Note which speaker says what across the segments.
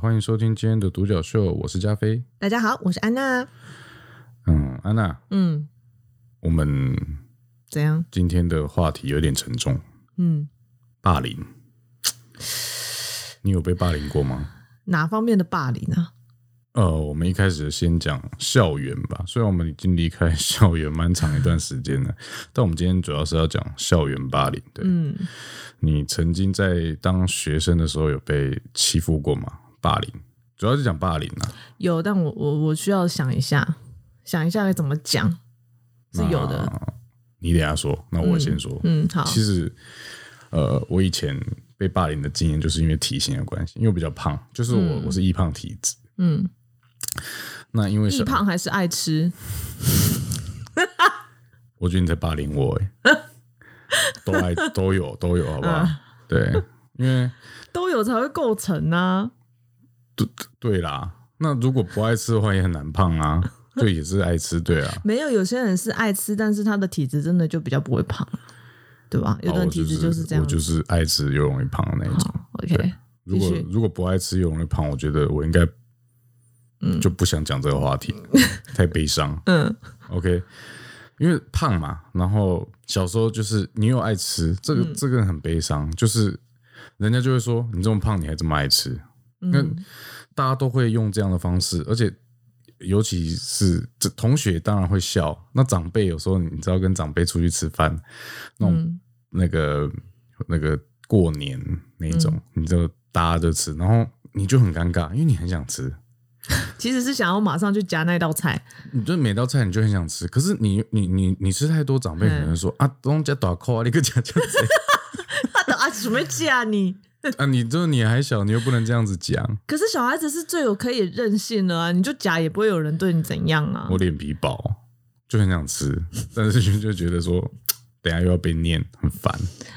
Speaker 1: 欢迎收听今天的独角秀，我是加菲。
Speaker 2: 大家好，我是安娜。
Speaker 1: 嗯，安娜，
Speaker 2: 嗯，
Speaker 1: 我们
Speaker 2: 怎样？
Speaker 1: 今天的话题有点沉重，
Speaker 2: 嗯，
Speaker 1: 霸凌。你有被霸凌过吗？
Speaker 2: 哪方面的霸凌啊？
Speaker 1: 呃，我们一开始先讲校园吧。虽然我们已经离开校园蛮长一段时间了， 但我们今天主要是要讲校园霸凌。对、
Speaker 2: 嗯，
Speaker 1: 你曾经在当学生的时候有被欺负过吗？霸凌，主要是讲霸凌啊。
Speaker 2: 有，但我我我需要想一下，想一下该怎么讲，是有的。
Speaker 1: 那你等一下说，那啊我先说。
Speaker 2: 嗯，好，
Speaker 1: 其实，呃，我以前被霸凌的经验就是因为体型的关系，因为我比较胖，就是我、我是易胖体质。
Speaker 2: 嗯，
Speaker 1: 那因为
Speaker 2: 易
Speaker 1: 是，
Speaker 2: 胖还是爱吃？
Speaker 1: 我觉得你在霸凌我、 欸，都爱都有都有，好不好？
Speaker 2: 嗯
Speaker 1: 对，因为
Speaker 2: 都有才会构成啊。
Speaker 1: 对啦，那如果不爱吃的话，也很难胖啊。就也是爱吃，对啊，
Speaker 2: 没有，有些人是爱吃，但是他的体质真的就比较不会胖，啊对吧？ 有
Speaker 1: 啊
Speaker 2: 的
Speaker 1: 我
Speaker 2: 人体质
Speaker 1: 就是
Speaker 2: 这样
Speaker 1: 我。就是爱吃又容易胖的那一种。
Speaker 2: 好，OK，
Speaker 1: 如果
Speaker 2: 继续
Speaker 1: 如果不爱吃又容易胖，我觉得我应该就不想讲这个话 题，太悲伤。
Speaker 2: 嗯
Speaker 1: OK，因为胖嘛，然后小时候就是你又爱吃，这个、这个很悲伤，就是人家就会说你这么胖，你还这么爱吃，那大家都会用这样的方式，而且尤其是这同学当然会笑，那长辈有时候你知道跟长辈出去吃饭，那种、那个那个过年那种，你就大家就吃，然后你就很尴尬，因为你很想吃，
Speaker 2: 其实是想要马上去夹那道菜，
Speaker 1: 你就每道菜你就很想吃，可是你你你你吃太多，长辈可能说、
Speaker 2: 嗯
Speaker 1: 啊，东家打扣啊，你个讲讲谁
Speaker 2: 他 的啊什么夹你？
Speaker 1: 啊，你这你还小，你又不能这样子讲，
Speaker 2: 可是小孩子是最有可以任性的啊，你就夹也不会有人对你怎样啊
Speaker 1: 我。脸皮薄，就很想吃，但是就就觉得说，等一下又要被念，很烦。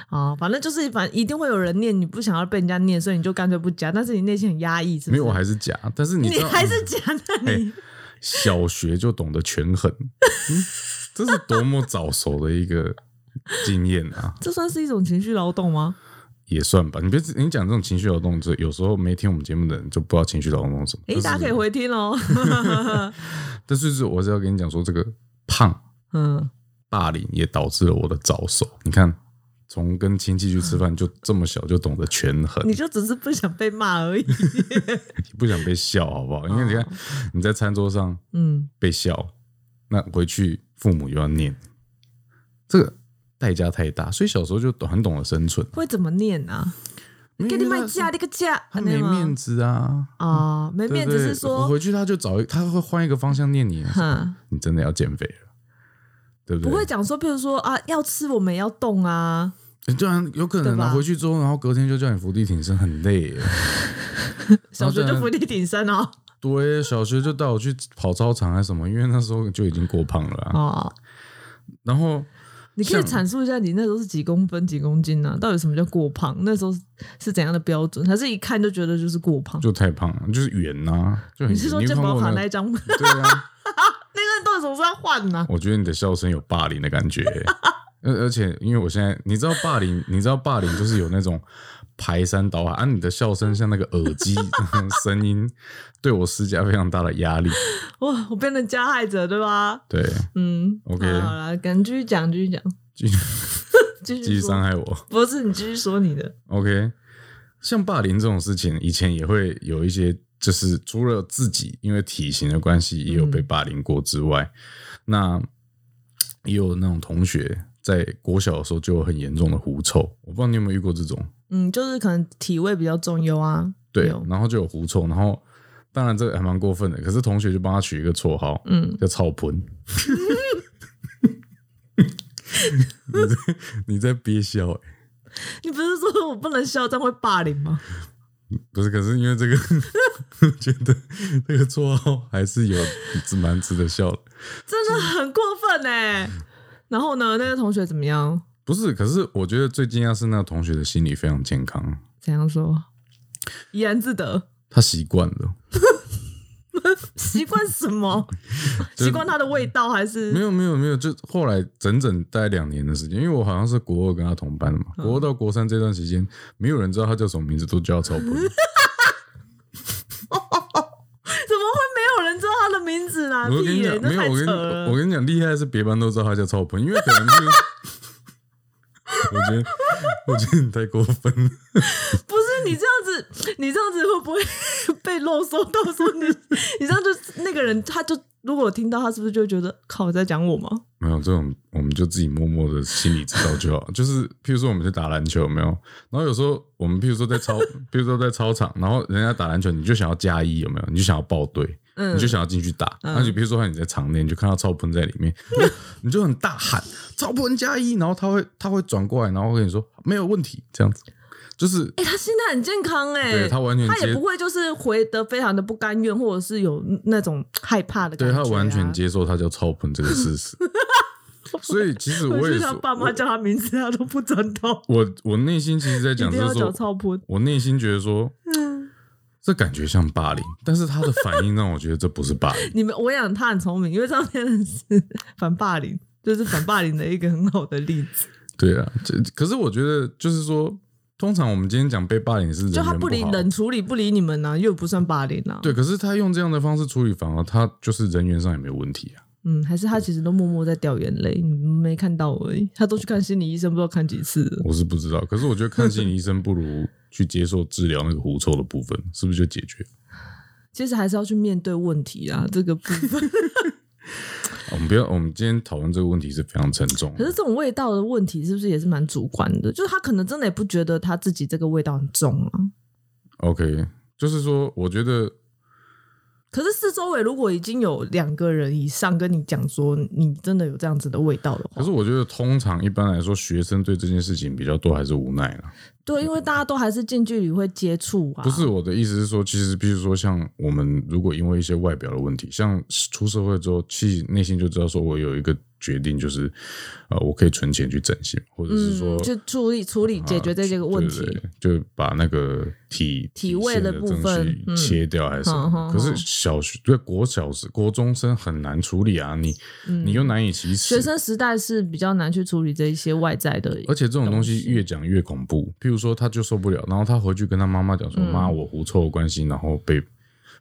Speaker 2: 哦，反正就是反正一定会有人念，你不想要被人家念，所以你就干脆不夹，但是你内心很压抑，是不
Speaker 1: 没
Speaker 2: 是？
Speaker 1: 有，我还是假，但是你知
Speaker 2: 你
Speaker 1: 道
Speaker 2: 还是夹那
Speaker 1: 哎
Speaker 2: 你、
Speaker 1: 小学就懂得权衡，嗯，这是多么早熟的一个经验啊，
Speaker 2: 这算是一种情绪劳动吗？
Speaker 1: 也算吧。你别你讲这种情绪劳动，这有时候没听我们节目的人就不知道情绪劳动是什么。
Speaker 2: 哎、
Speaker 1: 但是
Speaker 2: 大家可以回听哦。
Speaker 1: 但是是我是要跟你讲说，这个胖
Speaker 2: 嗯，
Speaker 1: 霸凌也导致了我的早熟。你看，从跟亲戚去吃饭，就这么小就懂得权衡，
Speaker 2: 你就只是不想被骂 而已。
Speaker 1: 不想被笑，好不
Speaker 2: 哦
Speaker 1: 好？因为你看你在餐桌上
Speaker 2: 嗯，
Speaker 1: 被笑，那回去父母又要念，这个代价太大。所以小时候就懂很懂得生存，
Speaker 2: 会怎么念啊？给你卖价，你个价，
Speaker 1: 他没面
Speaker 2: 子
Speaker 1: 子啊，
Speaker 2: 啊、
Speaker 1: 对
Speaker 2: 没
Speaker 1: 不
Speaker 2: 面子
Speaker 1: 对
Speaker 2: 是
Speaker 1: 我
Speaker 2: 说，
Speaker 1: 回去他就找一他会换一个方向念你，啊
Speaker 2: 哼，
Speaker 1: 你真的要减肥了，对不
Speaker 2: 不
Speaker 1: 对？
Speaker 2: 会讲说，譬如说啊，要吃我们也要动啊，
Speaker 1: 对啊，有可能
Speaker 2: 对
Speaker 1: 啊，
Speaker 2: 吧
Speaker 1: 回去之后，然后隔天就叫你伏地挺身，很累啊耶。
Speaker 2: 小学
Speaker 1: 然后再
Speaker 2: 就伏地挺身哦。
Speaker 1: 对，小学就带我去跑操场还是什么，因为那时候就已经过胖了、啊。
Speaker 2: 哦，
Speaker 1: 然后
Speaker 2: 你可以
Speaker 1: 像
Speaker 2: 阐述一下你那时候是几公分几公斤啊？到底什么叫过胖？那时候是怎样的标准？还是一看就觉得就是过胖？
Speaker 1: 就太胖了，就是圆呐、就很
Speaker 2: 你
Speaker 1: 圆。
Speaker 2: 是说
Speaker 1: 有
Speaker 2: 健
Speaker 1: 看
Speaker 2: 保
Speaker 1: 过
Speaker 2: 卡
Speaker 1: 那
Speaker 2: 那一张？ 那
Speaker 1: 对啊，
Speaker 2: 个到底什么时候要换啊呢、
Speaker 1: 我觉得你的笑声有霸凌的感觉、欸而 而且，因为我现在你知道霸凌，你知道霸凌就是有那种排山倒海，啊，你的笑声像那个耳机 声音，对我施加非常大的压力。
Speaker 2: 哇，我变成加害者对吧？
Speaker 1: 对，
Speaker 2: 嗯
Speaker 1: OK
Speaker 2: 好了，赶继续讲，继续讲，
Speaker 1: 继续
Speaker 2: 继
Speaker 1: 继续
Speaker 2: 续
Speaker 1: 伤
Speaker 2: 说。
Speaker 1: 害我。
Speaker 2: 不是你继续说你的，
Speaker 1: OK，像霸凌这种事情，以前也会有一些，就是除了自己因为体型的关系也有
Speaker 2: 嗯
Speaker 1: 被霸凌过之外，那也有那种同学在国小的时候就有很严重的狐臭，我不知道你有没有遇过这种，
Speaker 2: 嗯，就是可能体味比较重有啊，
Speaker 1: 对
Speaker 2: 有，
Speaker 1: 然后就有狐臭，然后当然这个还蛮过分的，可是同学就帮他取一个绰号，
Speaker 2: 嗯，
Speaker 1: 叫草盆。 你在你在憋笑、欸，
Speaker 2: 你不是说 我不能笑，这样会霸凌吗？
Speaker 1: 不是，可是因为这个， 我觉得这个绰号还是有蛮值得笑的。
Speaker 2: 真的很过分
Speaker 1: 嗯
Speaker 2: 哎、然后呢，那个同学怎么样？
Speaker 1: 不是，可是我觉得最惊讶是那个同学的心理非常健康，
Speaker 2: 怎样说？怡然自得，
Speaker 1: 他习惯了。
Speaker 2: 习惯什么？
Speaker 1: 就
Speaker 2: 习惯它的味道还
Speaker 1: 没
Speaker 2: 是？
Speaker 1: 有，没有，没有，就后来整整待两年的时间，因为我好像是国二跟他同班的嘛，
Speaker 2: 嗯
Speaker 1: 国二到国三这段时间，没有人知道他叫什么名字，都叫他草本。
Speaker 2: 啦，
Speaker 1: 我跟
Speaker 2: 屁
Speaker 1: 你
Speaker 2: 耶
Speaker 1: 讲，
Speaker 2: 这
Speaker 1: 没有，
Speaker 2: 太
Speaker 1: 我跟
Speaker 2: 扯
Speaker 1: 你
Speaker 2: 了。
Speaker 1: 我跟你讲，厉害的是别班都知道他叫超鹏，因为可能是， 我觉得我觉得你太过分了。
Speaker 2: 不是你这样子，你这样子会不会被漏搜到？说你， 你这样就那个人，他就如果听到，他是不是就会觉得靠在讲我吗？
Speaker 1: 没有这种，我们就自己默默的心里知道就好。就是譬如说，我们去打篮球，有没有？然后有时候我们譬如说在操，譬如说在操场，然后人家打篮球，你就想要加一，有没有？你就想要报队，
Speaker 2: 嗯
Speaker 1: 你就想要进去打。那、就比如说你在场内，你就看到超喷在里面，你就你就很大喊“超喷加一”，然后他会他会转过来，然后会跟你说没有问题，这样子。就是
Speaker 2: 哎、他心态很健康哎、
Speaker 1: 对他完全
Speaker 2: 他也
Speaker 1: 接
Speaker 2: 不会就是回得非常的不甘愿，或者是有那种害怕的感
Speaker 1: 对
Speaker 2: 觉、啊。
Speaker 1: 他完全接受他叫超喷这个事 实。所以其实我
Speaker 2: 回
Speaker 1: 也
Speaker 2: 去
Speaker 1: 说
Speaker 2: 他，爸妈叫他名字，他都不知道，
Speaker 1: 我我内心其实在
Speaker 2: 一
Speaker 1: 讲
Speaker 2: 定
Speaker 1: 这
Speaker 2: 要
Speaker 1: 个时候
Speaker 2: 找，超婆。
Speaker 1: 我内心觉得说，
Speaker 2: 嗯。
Speaker 1: 这感觉像霸凌，但是他的反应让我觉得这不是霸凌
Speaker 2: 你们，我想他很聪明，因为上天是反霸凌，就是反霸凌的一个很好的例子。
Speaker 1: 对啊，这可是我觉得就是说，通常我们今天讲被霸凌 是人
Speaker 2: 就
Speaker 1: 缘
Speaker 2: 他
Speaker 1: 不
Speaker 2: 不理
Speaker 1: 好，
Speaker 2: 冷处理，不理你们呢、又不算霸凌啊。
Speaker 1: 对，可是他用这样的方式处理，反而他就是人员上也没有问题啊。
Speaker 2: 嗯，还是他其实都默默在掉眼泪，你们没看到而已。他都去看心理医生，不知道看几次了。
Speaker 1: 我是不知道，可是我觉得看心理医生不如去接受治疗那个狐臭的部分，是不是就解决？
Speaker 2: 其实还是要去面对问 题啊，这个部分。
Speaker 1: 我们不要，我们今天讨论这个问题是非常沉重
Speaker 2: 可是
Speaker 1: 的。
Speaker 2: 这种味道的问题是不是也是蛮主观的？就是他可能真的也不觉得他自己这个味道很重啊。
Speaker 1: OK，就是说，我觉得
Speaker 2: 可是四周围如果已经有两个人以上跟你讲说你真的有这样子的味道的
Speaker 1: 可
Speaker 2: 话
Speaker 1: 是，我觉得通常一般来说，学生对这件事情比较多还是无奈啦。
Speaker 2: 对，因为大家都还是近距离会接触啊。
Speaker 1: 不是我的意思是说，其实比如说像我们如果因为一些外表的问题，像出社会之后，其实内心就知道说我有一个决定，就是呃，我可以存钱去整形，或者是说、啊
Speaker 2: 嗯，就处理处理解决这些个问题。
Speaker 1: 对对对就把那个体
Speaker 2: 体味的
Speaker 1: 腺
Speaker 2: 部
Speaker 1: 东
Speaker 2: 分
Speaker 1: 西
Speaker 2: 嗯
Speaker 1: 切掉还是什么的？
Speaker 2: 哼哼
Speaker 1: 可
Speaker 2: 哼
Speaker 1: 是小学对国小时国中生很难处理啊，你、你又难以启齿
Speaker 2: 嗯学。生时代是比较难去处理这一些外在的，
Speaker 1: 而且这种东西越讲越恐怖。譬如说，他就受不了，然后他回去跟他妈妈讲
Speaker 2: 嗯
Speaker 1: 说：“妈、我狐臭的关系，然后被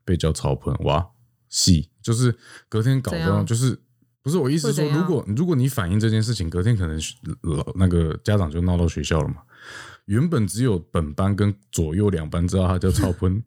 Speaker 1: 被叫超喷，哇，戏就是隔天搞
Speaker 2: 怎
Speaker 1: 到，
Speaker 2: 样
Speaker 1: 就是不是我意思是说，
Speaker 2: 会怎样
Speaker 1: 如果如果你反映这件事情，隔天可能学老那个家长就闹到学校了嘛。原本只有本班跟左右两班知道他叫超喷。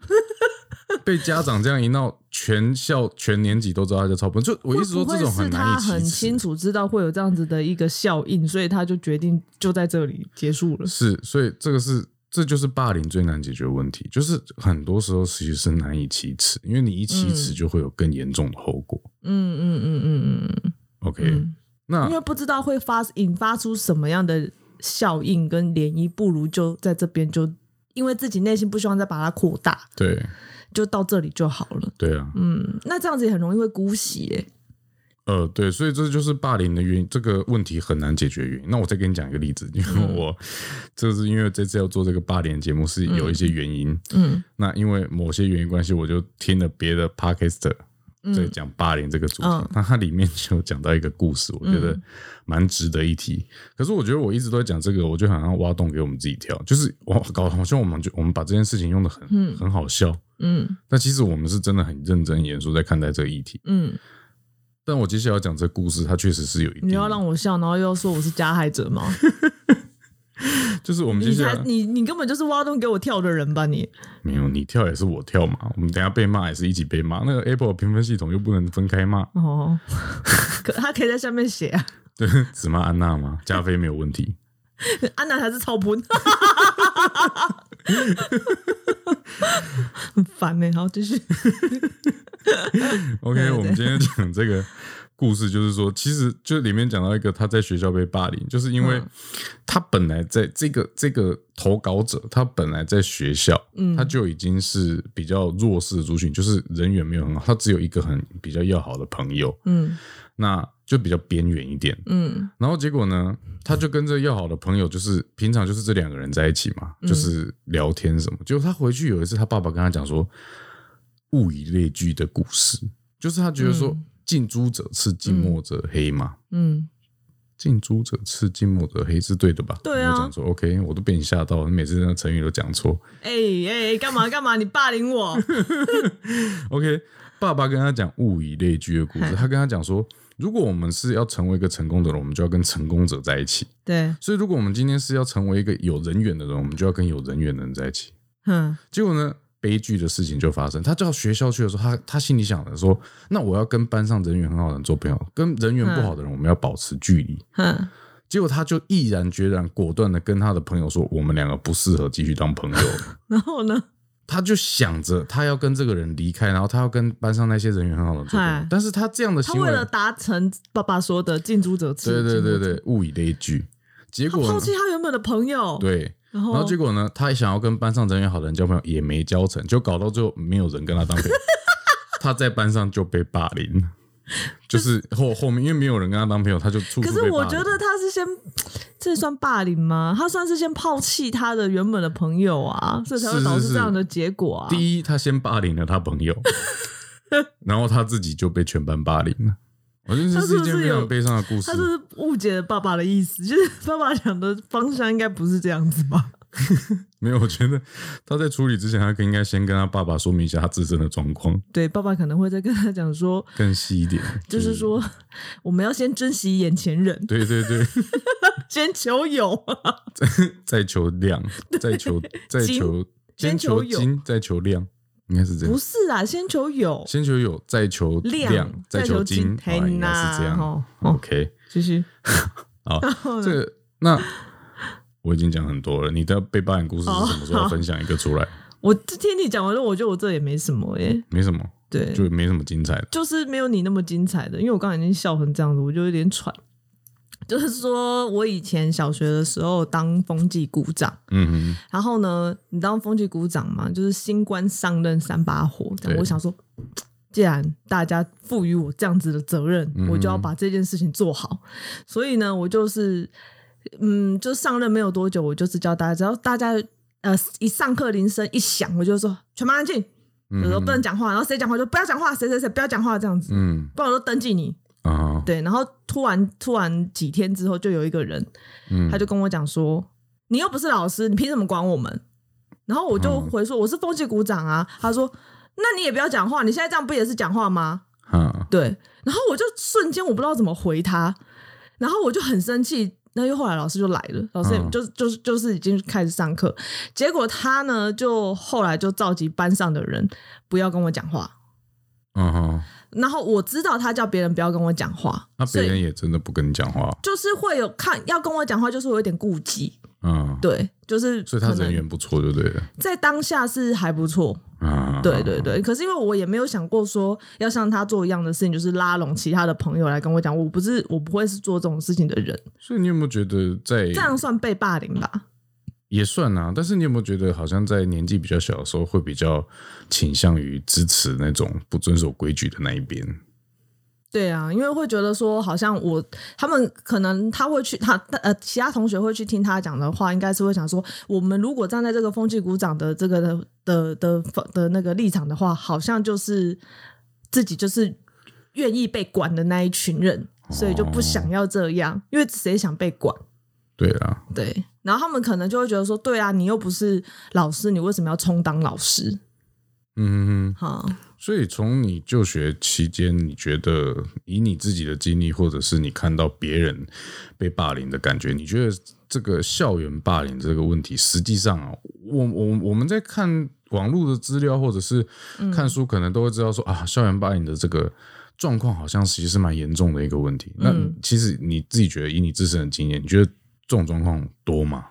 Speaker 1: 被家长这样一闹，全校全年级都知道他叫超喷，就我一
Speaker 2: 会
Speaker 1: 直说
Speaker 2: 不
Speaker 1: 这
Speaker 2: 会
Speaker 1: 种
Speaker 2: 是
Speaker 1: 很
Speaker 2: 他
Speaker 1: 难以启齿。
Speaker 2: 很清楚知道会有这样子的一个效应，所以他就决定就在这里结束了。
Speaker 1: 是，所以这个是这就是霸凌最难解决的问题，就是很多时候其实是难以启齿，因为你一启齿就会有更严重的后果。
Speaker 2: 嗯嗯嗯嗯嗯。
Speaker 1: OK，、
Speaker 2: 嗯因
Speaker 1: 那
Speaker 2: 为不知道会发引发出什么样的效应跟涟漪，不如就在这边就，因为自己内心不希望再把它扩大，
Speaker 1: 对
Speaker 2: 就到这里就好了。
Speaker 1: 对啊，
Speaker 2: 嗯，那这样子也很容易会姑息耶、
Speaker 1: 呃，对，所以这就是霸凌的原因，这个问题很难解决原因。那我再给你讲一个例子，因
Speaker 2: 嗯
Speaker 1: 为我、这是因为这次要做这个霸凌的节目是有一些原因，
Speaker 2: 嗯
Speaker 1: 那因为某些原因关系，我就听了别的 podcaster 在讲霸凌这个主题，
Speaker 2: 嗯
Speaker 1: 那它里面就有讲到一个故事，我觉得蛮值得一提。可是我觉得我一直都在讲这个，我就好像挖洞给我们自己跳，就是哇，搞好像我们就我们把这件事情用的很、很好笑，
Speaker 2: 嗯
Speaker 1: 但其实我们是真的很认真严肃在看待这个议题。
Speaker 2: 嗯，
Speaker 1: 但我接下来要讲这个故事，它确实是有一定
Speaker 2: 你要让
Speaker 1: 的，
Speaker 2: 我笑，然后又要说我是加害者吗？
Speaker 1: 就是啊我们接
Speaker 2: 你
Speaker 1: 下
Speaker 2: 才
Speaker 1: 来
Speaker 2: 你你根本就是挖洞给我跳的人吧你？
Speaker 1: 没有你跳也是我跳嘛，我们等一下被骂也是一起被骂，那个 Apple 评分系统又不能分开骂。
Speaker 2: 哦， 可他可以在下面写啊，
Speaker 1: 对，只骂安娜吗？加菲没有问题。
Speaker 2: 安娜才是超喷， 很烦呢、欸好，继续。
Speaker 1: OK，
Speaker 2: 对
Speaker 1: 我们今天讲这个故事，就是说，其实就里面讲到一个他在学校被霸凌，就是因
Speaker 2: 嗯
Speaker 1: 为他本来在这个这个投稿者，他本来在学校，嗯，他就已经是比较弱势的族群，就是人缘没有很好，他只有一个很比较要好的朋友，
Speaker 2: 嗯
Speaker 1: 那就比较边缘一点。
Speaker 2: 嗯
Speaker 1: 然后结果呢，他就跟这要好的朋友，就是平常就是这两个人在一起嘛，
Speaker 2: 嗯
Speaker 1: 就是聊天什么。结果他回去有一次，他爸爸跟他讲说，物以类聚的故事，就是他觉得说，近朱者赤，近墨者黑嘛。
Speaker 2: 嗯。
Speaker 1: 近朱者赤，近墨者黑是对的吧？
Speaker 2: 对啊
Speaker 1: 我讲说 OK，我都被你吓到了，你每次那成语都讲错。
Speaker 2: 哎 哎哎，干嘛干嘛？你霸凌我？
Speaker 1: OK，爸爸跟他讲物以类聚的故事，
Speaker 2: 嗨
Speaker 1: 他跟他讲说，如果我们是要成为一个成功的人，我们就要跟成功者在一起。
Speaker 2: 对，
Speaker 1: 所以，如果我们今天是要成为一个有人缘的人，我们就要跟有人缘的人在一起。
Speaker 2: 嗯，
Speaker 1: 结果呢，悲剧的事情就发生。他到学校去的时候，他他心里想的说：“那我要跟班上人缘很好的人做朋友，跟人缘不好的人，我们要保持距离。
Speaker 2: 嗯，
Speaker 1: 结果他就毅然决然、果断的跟他的朋友说：“我们两个不适合继续当朋友。
Speaker 2: 然后呢？”
Speaker 1: 他就想着他要跟这个人离开，然后他要跟班上那些人缘很好的人做朋友
Speaker 2: 嗨。
Speaker 1: 但是他这样的
Speaker 2: 他
Speaker 1: 行为
Speaker 2: 为，了达成爸爸说的近朱者赤，
Speaker 1: 对对对
Speaker 2: 近朱者
Speaker 1: 对，物以类聚。结
Speaker 2: 赤，他
Speaker 1: 果
Speaker 2: 抛
Speaker 1: 呢
Speaker 2: 弃他原本的朋友，，
Speaker 1: 对，然
Speaker 2: 然
Speaker 1: 后
Speaker 2: 后
Speaker 1: 结果呢，他想要跟班上人缘好的人交朋友，也没交成，就搞到最后没有人跟他当朋友。他在班上就被霸凌， 就是后后面因为没有人跟他当朋友，他就处处被
Speaker 2: 可是我
Speaker 1: 霸凌
Speaker 2: 觉得他是先，这算霸凌吗？他算是先抛弃他的原本的朋友啊，所以才会
Speaker 1: 是
Speaker 2: 导
Speaker 1: 是
Speaker 2: 致
Speaker 1: 是
Speaker 2: 这样的结果啊。
Speaker 1: 第一，他先霸凌了他朋 友，然后他自己就被全班霸凌了。我觉得这
Speaker 2: 他是
Speaker 1: 是一
Speaker 2: 不是
Speaker 1: 件非
Speaker 2: 有
Speaker 1: 常悲伤的故事
Speaker 2: 他。就是误解了爸爸的意思， 就是爸爸讲的方向应该不是这样子吧？
Speaker 1: 没有，我觉得他在处理之前，他应该先跟他爸爸说明一下他自身的状况，
Speaker 2: 对，爸爸可能会再跟他讲说，
Speaker 1: 更细一 点。
Speaker 2: 就是，说我们要先珍惜眼前人，
Speaker 1: 对对对，
Speaker 2: 先求有，
Speaker 1: 再求量，再求再
Speaker 2: 金
Speaker 1: 求
Speaker 2: 先
Speaker 1: 先
Speaker 2: 求
Speaker 1: 求
Speaker 2: 有
Speaker 1: 金，再求量，应该是这样
Speaker 2: 不。是啊，先求有
Speaker 1: 先求有，再求量，再求金，好
Speaker 2: 嘿
Speaker 1: 应该
Speaker 2: 呐，
Speaker 1: 是这样。
Speaker 2: 哦，哦
Speaker 1: OK，
Speaker 2: 继续，
Speaker 1: 好，这个那我已经讲很多了。你的被霸凌故事是什么时
Speaker 2: 哦
Speaker 1: 候
Speaker 2: 好
Speaker 1: 分享一个出来？
Speaker 2: 我听你讲完了，我觉得我这也没什么耶，
Speaker 1: 没什么，
Speaker 2: 对，
Speaker 1: 就没什么精彩的。
Speaker 2: 就是没有你那么精彩的，因为我刚才已经笑成这样子，我就有点喘。就是说我以前小学的时候当风纪股长，
Speaker 1: 嗯
Speaker 2: 然后呢，你当风纪股长嘛，就是新官上任三把火。这样
Speaker 1: 对
Speaker 2: 我想说，既然大家赋予我这样子的责任，
Speaker 1: 嗯哼
Speaker 2: 我就要把这件事情做好。所以呢，我就是，嗯，就上任没有多久，我就是教大家，只要大家呃一上课铃声一响，我就说全班安静，
Speaker 1: 嗯哼
Speaker 2: 有时候不能讲话，然后谁讲话就不要讲话，谁谁谁不要讲话这样子，
Speaker 1: 嗯
Speaker 2: 不然我就登记你。
Speaker 1: 嗯啊，
Speaker 2: 对，然后突然突然几天之后，就有一个人，
Speaker 1: 嗯
Speaker 2: 他就跟我讲说：“你又不是老师，你凭什么管我们？”然后我就
Speaker 1: 嗯
Speaker 2: 回说：“我是风气股长啊。”他说：“那你也不要讲话，你现在这样不也是讲话吗
Speaker 1: 啊？”，
Speaker 2: 对，然后我就瞬间我不知道怎么回他，然后我就很生气。那又后来老师就来了，老师也
Speaker 1: 嗯
Speaker 2: 就、就是就是已经开始上课，结果他呢就后来就召集班上的人不要跟我讲话，
Speaker 1: 嗯哼，
Speaker 2: 然后我知道他叫别人不要跟我讲话，
Speaker 1: 那
Speaker 2: 所
Speaker 1: 别
Speaker 2: 以
Speaker 1: 人也真的不跟你讲话，
Speaker 2: 就是会有看要跟我讲话，就是我有点顾忌，
Speaker 1: 嗯，
Speaker 2: 对，就是
Speaker 1: 所以他
Speaker 2: 可能
Speaker 1: 人缘不错，就对了。
Speaker 2: 在当下是还不错，
Speaker 1: 啊，
Speaker 2: 对对对。可是因为我也没有想过说要像他做一样的事情，就是拉拢其他的朋友来跟我讲，我不是我不会是做这种事情的人，
Speaker 1: 所以你有没有觉得在
Speaker 2: 这样算被霸凌吧？
Speaker 1: 也算啊，但是你有没有觉得，好像在年纪比较小的时候，会比较倾向于支持那种不遵守规矩的那一边？
Speaker 2: 对啊，因为会觉得说，好像我他们可能他会去他呃，其他同学会去听他讲的话，应该是会想说，我们如果站在这个风气鼓掌的这个的的的的那个立场的话，好像就是自己就是愿意被管的那一群人，所以就不想要这样，因为谁想被管？
Speaker 1: 对啊啦，
Speaker 2: 对，然后他们可能就会觉得说，对啊，你又不是老师，你为什么要充当老师？
Speaker 1: 嗯，
Speaker 2: 哈，
Speaker 1: 所以从你就学期间，你觉得以你自己的经历，或者是你看到别人被霸凌的感觉，你觉得这个校园霸凌这个问题，实际上啊，我我我们在看网络的资料，或者是看书，可能都会知道说、啊，校园霸凌的这个状况好像其实是蛮严重的一个问题。那
Speaker 2: 嗯
Speaker 1: 其实你自己觉得，以你自身的经验，你觉得这种状况多吗？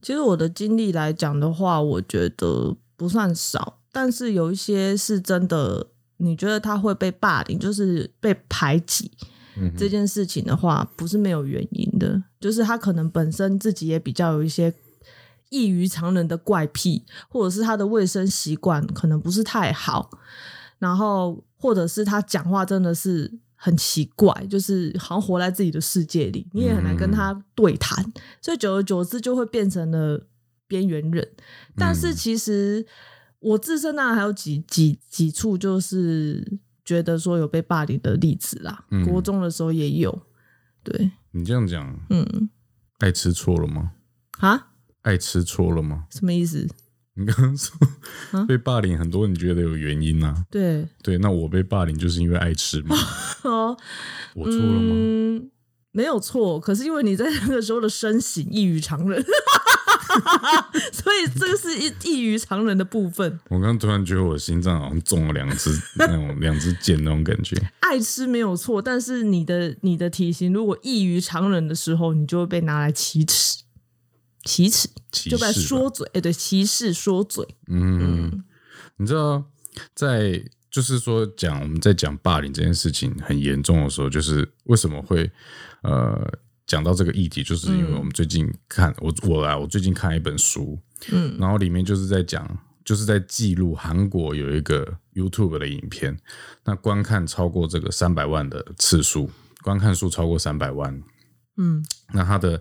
Speaker 2: 其实我的经历来讲的话，我觉得不算少，但是有一些是真的，你觉得他会被霸凌，就是被排挤、
Speaker 1: 嗯
Speaker 2: 这件事情的话，不是没有原因的，就是他可能本身自己也比较有一些。异于常人的怪癖，或者是他的卫生习惯可能不是太好，然后或者是他讲话真的是很奇怪，就是好像活在自己的世界里，你也很难跟他对谈，所以久而久之就会变成了边缘人。但是其实我自身当然还有几几几处就是觉得说有被霸凌的例子啦，
Speaker 1: 嗯
Speaker 2: 国中的时候也有，对，
Speaker 1: 你这样讲，
Speaker 2: 嗯，
Speaker 1: 爱吃错了吗？
Speaker 2: 啊，
Speaker 1: 爱吃错了吗？
Speaker 2: 什么意思？
Speaker 1: 你刚刚说、
Speaker 2: 啊
Speaker 1: 被霸凌，很多人觉得有原因啊。
Speaker 2: 对，
Speaker 1: 对，那我被霸凌就是因为爱吃嘛？
Speaker 2: 哦，
Speaker 1: 我错了吗？
Speaker 2: 嗯，没有错，可是因为你在那个时候的身形异于常人， 所以这个是异异于常人的部分。
Speaker 1: 我刚刚突然觉得我心脏好像中了两 支那种两支箭那种感觉。
Speaker 2: 爱吃没有错，但是你的你的体型如果异于常人的时候，你就会被拿来奇耻，奇耻
Speaker 1: 歧
Speaker 2: 就被
Speaker 1: 视吧
Speaker 2: 说嘴，哎，对，歧视说嘴，
Speaker 1: 嗯，你知道，在就是说讲我们在讲霸凌这件事情很严重的时候，就是为什么会呃讲到这个议题，就是因为我们最近看、我我啊，我最近看一本书，
Speaker 2: 嗯，
Speaker 1: 然后里面就是在讲。就是在记录韩国有一个 YouTube 的影片，那观看超过这个三百万的次数，观看数超过三百万，
Speaker 2: 嗯
Speaker 1: 那他的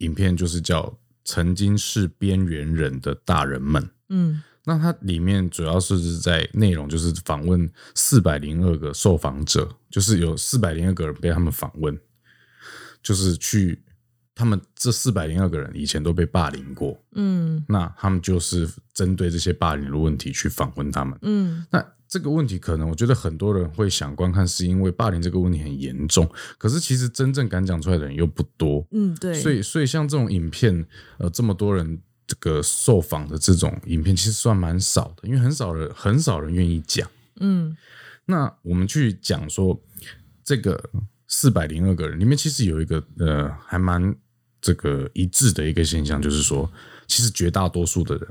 Speaker 1: 影片就是叫《曾经是边缘人的大人们》。
Speaker 2: 嗯
Speaker 1: 那它里面主要是在内容就是访问四百零二个受访者，就是有四百零二个人被他们访问，就是去他们这四百零二个人以前都被霸凌过，
Speaker 2: 嗯
Speaker 1: 那他们就是针对这些霸凌的问题去访问他们。
Speaker 2: 嗯
Speaker 1: 那这个问题可能我觉得很多人会想观看，是因为霸凌这个问题很严重，可是其实真正敢讲出来的人又不多。
Speaker 2: 嗯，对，
Speaker 1: 所以，所以像这种影片，呃，这么多人这个受访的这种影片，其实算蛮少的，因为很少人很少人愿意讲。
Speaker 2: 嗯
Speaker 1: 那我们去讲说这个四百零二个人里面，其实有一个呃，还蛮这个一致的一个现象，就是说，其实绝大多数的人，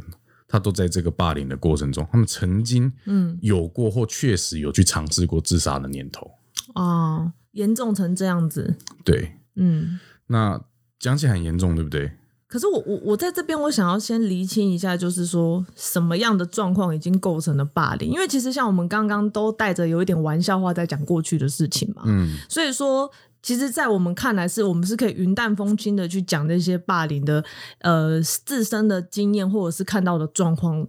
Speaker 1: 他都在这个霸凌的过程中，他们曾经
Speaker 2: 嗯
Speaker 1: 有过或确实有去尝试过自杀的念头。
Speaker 2: 哦，严重成这样子，
Speaker 1: 对，
Speaker 2: 嗯。
Speaker 1: 那讲起来很严重，对不对？
Speaker 2: 可是我我我在这边，我想要先厘清一下，就是说什么样的状况已经构成了霸凌？因为其实像我们刚刚都带着有一点玩笑话在讲过去的事情嘛，
Speaker 1: 嗯，
Speaker 2: 所以说，其实，在我们看来是，我们是可以云淡风轻的去讲那些霸凌的呃自身的经验或者是看到的状况，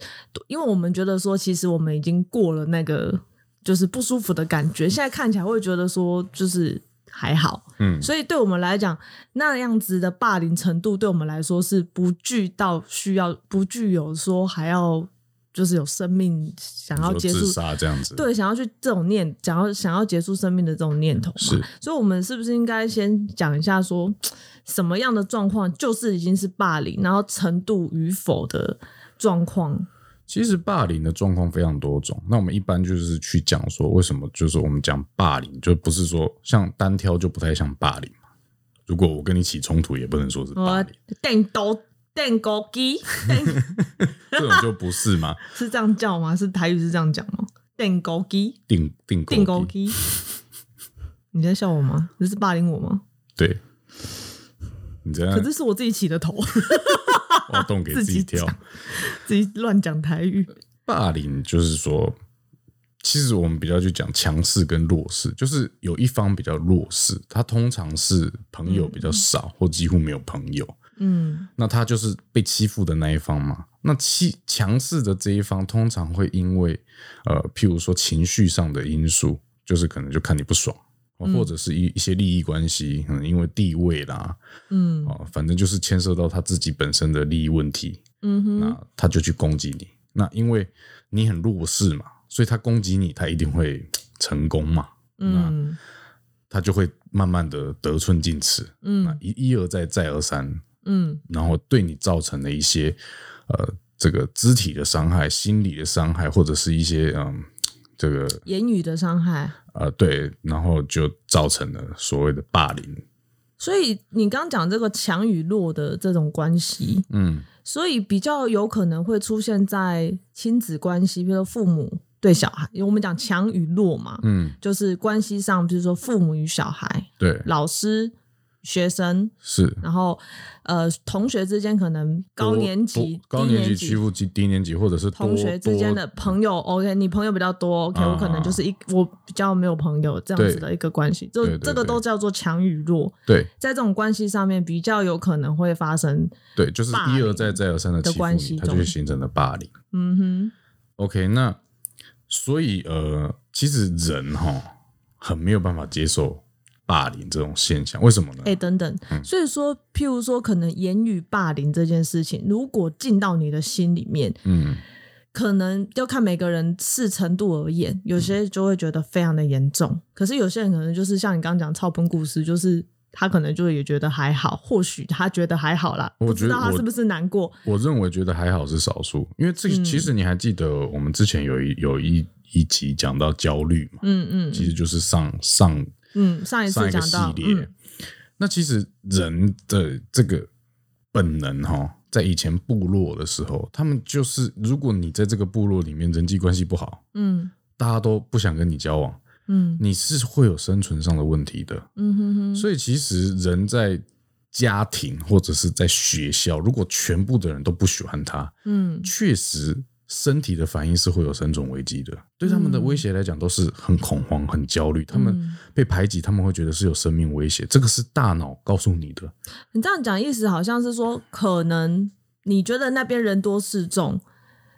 Speaker 2: 因为我们觉得说，其实我们已经过了那个就是不舒服的感觉，现在看起来会觉得说就是还好，
Speaker 1: 嗯
Speaker 2: 所以对我们来讲，那样子的霸凌程度对我们来说是不具到需要，不具有说还要。就是有生命想要
Speaker 1: 说
Speaker 2: 结束
Speaker 1: 自杀这样子。
Speaker 2: 对，想要去这种念，想要想要结束生命的这种念头嘛。
Speaker 1: 是
Speaker 2: 所以，我们是不是应该先讲一下说，什么样的状况就是已经是霸凌，然后程度与否的状况？
Speaker 1: 其实霸凌的状况非常多种，那我们一般就是去讲说为什么，就是我们讲霸凌，就不是说像单挑就不太像霸凌嘛。如果我跟你起冲突，也不能说是霸
Speaker 2: 我
Speaker 1: 凌，
Speaker 2: 呃电刀电狗鸡
Speaker 1: 这种就不是嘛。
Speaker 2: 是这样叫吗？是台语是这样讲吗？电狗鸡
Speaker 1: 定定
Speaker 2: 电狗
Speaker 1: 勾
Speaker 2: 鸡，你在笑我吗？这是霸凌我吗？
Speaker 1: 对，你这样
Speaker 2: 可是是我自己起的头，
Speaker 1: 挖洞给
Speaker 2: 自
Speaker 1: 自己
Speaker 2: 己
Speaker 1: 跳。
Speaker 2: 讲自己乱讲台语。
Speaker 1: 霸凌就是说，其实我们比较去讲强势跟弱势，就是有一方比较弱势，他通常是朋友比较少、或几乎没有朋友。
Speaker 2: 嗯
Speaker 1: 那他就是被欺负的那一方嘛。那欺强势的这一方通常会因为呃，譬如说情绪上的因素，就是可能就看你不爽，哦
Speaker 2: 嗯
Speaker 1: 或者是一一些利益关系，可能因为地位啦，
Speaker 2: 嗯
Speaker 1: 哦，反正就是牵涉到他自己本身的利益问题，
Speaker 2: 嗯哼
Speaker 1: 那他就去攻击你。那因为你很弱势嘛，所以他攻击你，他一定会成功嘛，
Speaker 2: 嗯
Speaker 1: 他就会慢慢的得寸进尺，那
Speaker 2: 嗯
Speaker 1: 一一而再，再而三，
Speaker 2: 嗯
Speaker 1: 然后对你造成的一些呃这个肢体的伤害、心理的伤害，或者是一些嗯这个
Speaker 2: 言语的伤害。
Speaker 1: 呃对，然后就造成了所谓的霸凌。
Speaker 2: 所以你刚讲这个强与弱的这种关系，
Speaker 1: 嗯，
Speaker 2: 所以比较有可能会出现在亲子关系，比如说父母对小孩，因为我们讲强与弱嘛，
Speaker 1: 嗯，
Speaker 2: 就是关系上，比如说父母与小孩、
Speaker 1: 对，
Speaker 2: 老师、学生，
Speaker 1: 是
Speaker 2: 然后呃同学之间可能高
Speaker 1: 多
Speaker 2: 年级
Speaker 1: 多、高
Speaker 2: 低
Speaker 1: 年级欺负低低年级，或者是多
Speaker 2: 同学之间的
Speaker 1: 多
Speaker 2: 朋友，OK，你朋友比较多，OK，、
Speaker 1: 啊
Speaker 2: 我可能就是一我比较没有朋友这样子的一个关系，
Speaker 1: 对
Speaker 2: 就
Speaker 1: 对
Speaker 2: 这个
Speaker 1: 对
Speaker 2: 都叫做强与弱。
Speaker 1: 对
Speaker 2: 在这种关系上面比较有可能会发生，
Speaker 1: 对，就是
Speaker 2: 霸凌
Speaker 1: 一而再再而三的
Speaker 2: 的
Speaker 1: 欺负
Speaker 2: 关系
Speaker 1: 你，它就
Speaker 2: 中
Speaker 1: 会形成了霸凌。
Speaker 2: 嗯
Speaker 1: OK，那所以呃，其实人哈很没有办法接受霸凌这种现象，为什么呢？
Speaker 2: 哎、等等，
Speaker 1: 嗯
Speaker 2: 所以说，譬如说，可能言语霸凌这件事情，如果进到你的心里面，
Speaker 1: 嗯，
Speaker 2: 可能要看每个人视程度而言，有些就会觉得非常的严重，可是有些人可能就是像你刚刚讲超崩故事，就是他可能就也觉得还好，或许他觉得还好啦，
Speaker 1: 我
Speaker 2: 不知
Speaker 1: 觉得
Speaker 2: 道他
Speaker 1: 我
Speaker 2: 是不是难过，
Speaker 1: 我认为觉得还好是少数，因为这
Speaker 2: 嗯
Speaker 1: 其实你还记得我们之前有一有一一集讲到焦虑嘛，
Speaker 2: 嗯嗯
Speaker 1: 其实就是上上
Speaker 2: 嗯，上一
Speaker 1: 上
Speaker 2: 次
Speaker 1: 一个
Speaker 2: 讲
Speaker 1: 系
Speaker 2: 到，
Speaker 1: 列。
Speaker 2: 嗯
Speaker 1: 那其实人的这个本能哈、在以前部落的时候，他们就是如果你在这个部落里面人际关系不好，
Speaker 2: 嗯
Speaker 1: 大家都不想跟你交往，
Speaker 2: 嗯
Speaker 1: 你是会有生存上的问题的。
Speaker 2: 嗯哼哼，
Speaker 1: 所以其实人在家庭或者是在学校，如果全部的人都不喜欢他，
Speaker 2: 嗯
Speaker 1: 确实身体的反应是会有生存危机的。对他们的威胁来讲，都是很恐慌、很焦虑。他们
Speaker 2: 嗯
Speaker 1: 被排挤，他们会觉得是有生命威胁，这个是大脑告诉你的。
Speaker 2: 你这样讲意思好像是说，可能你觉得那边人多势众，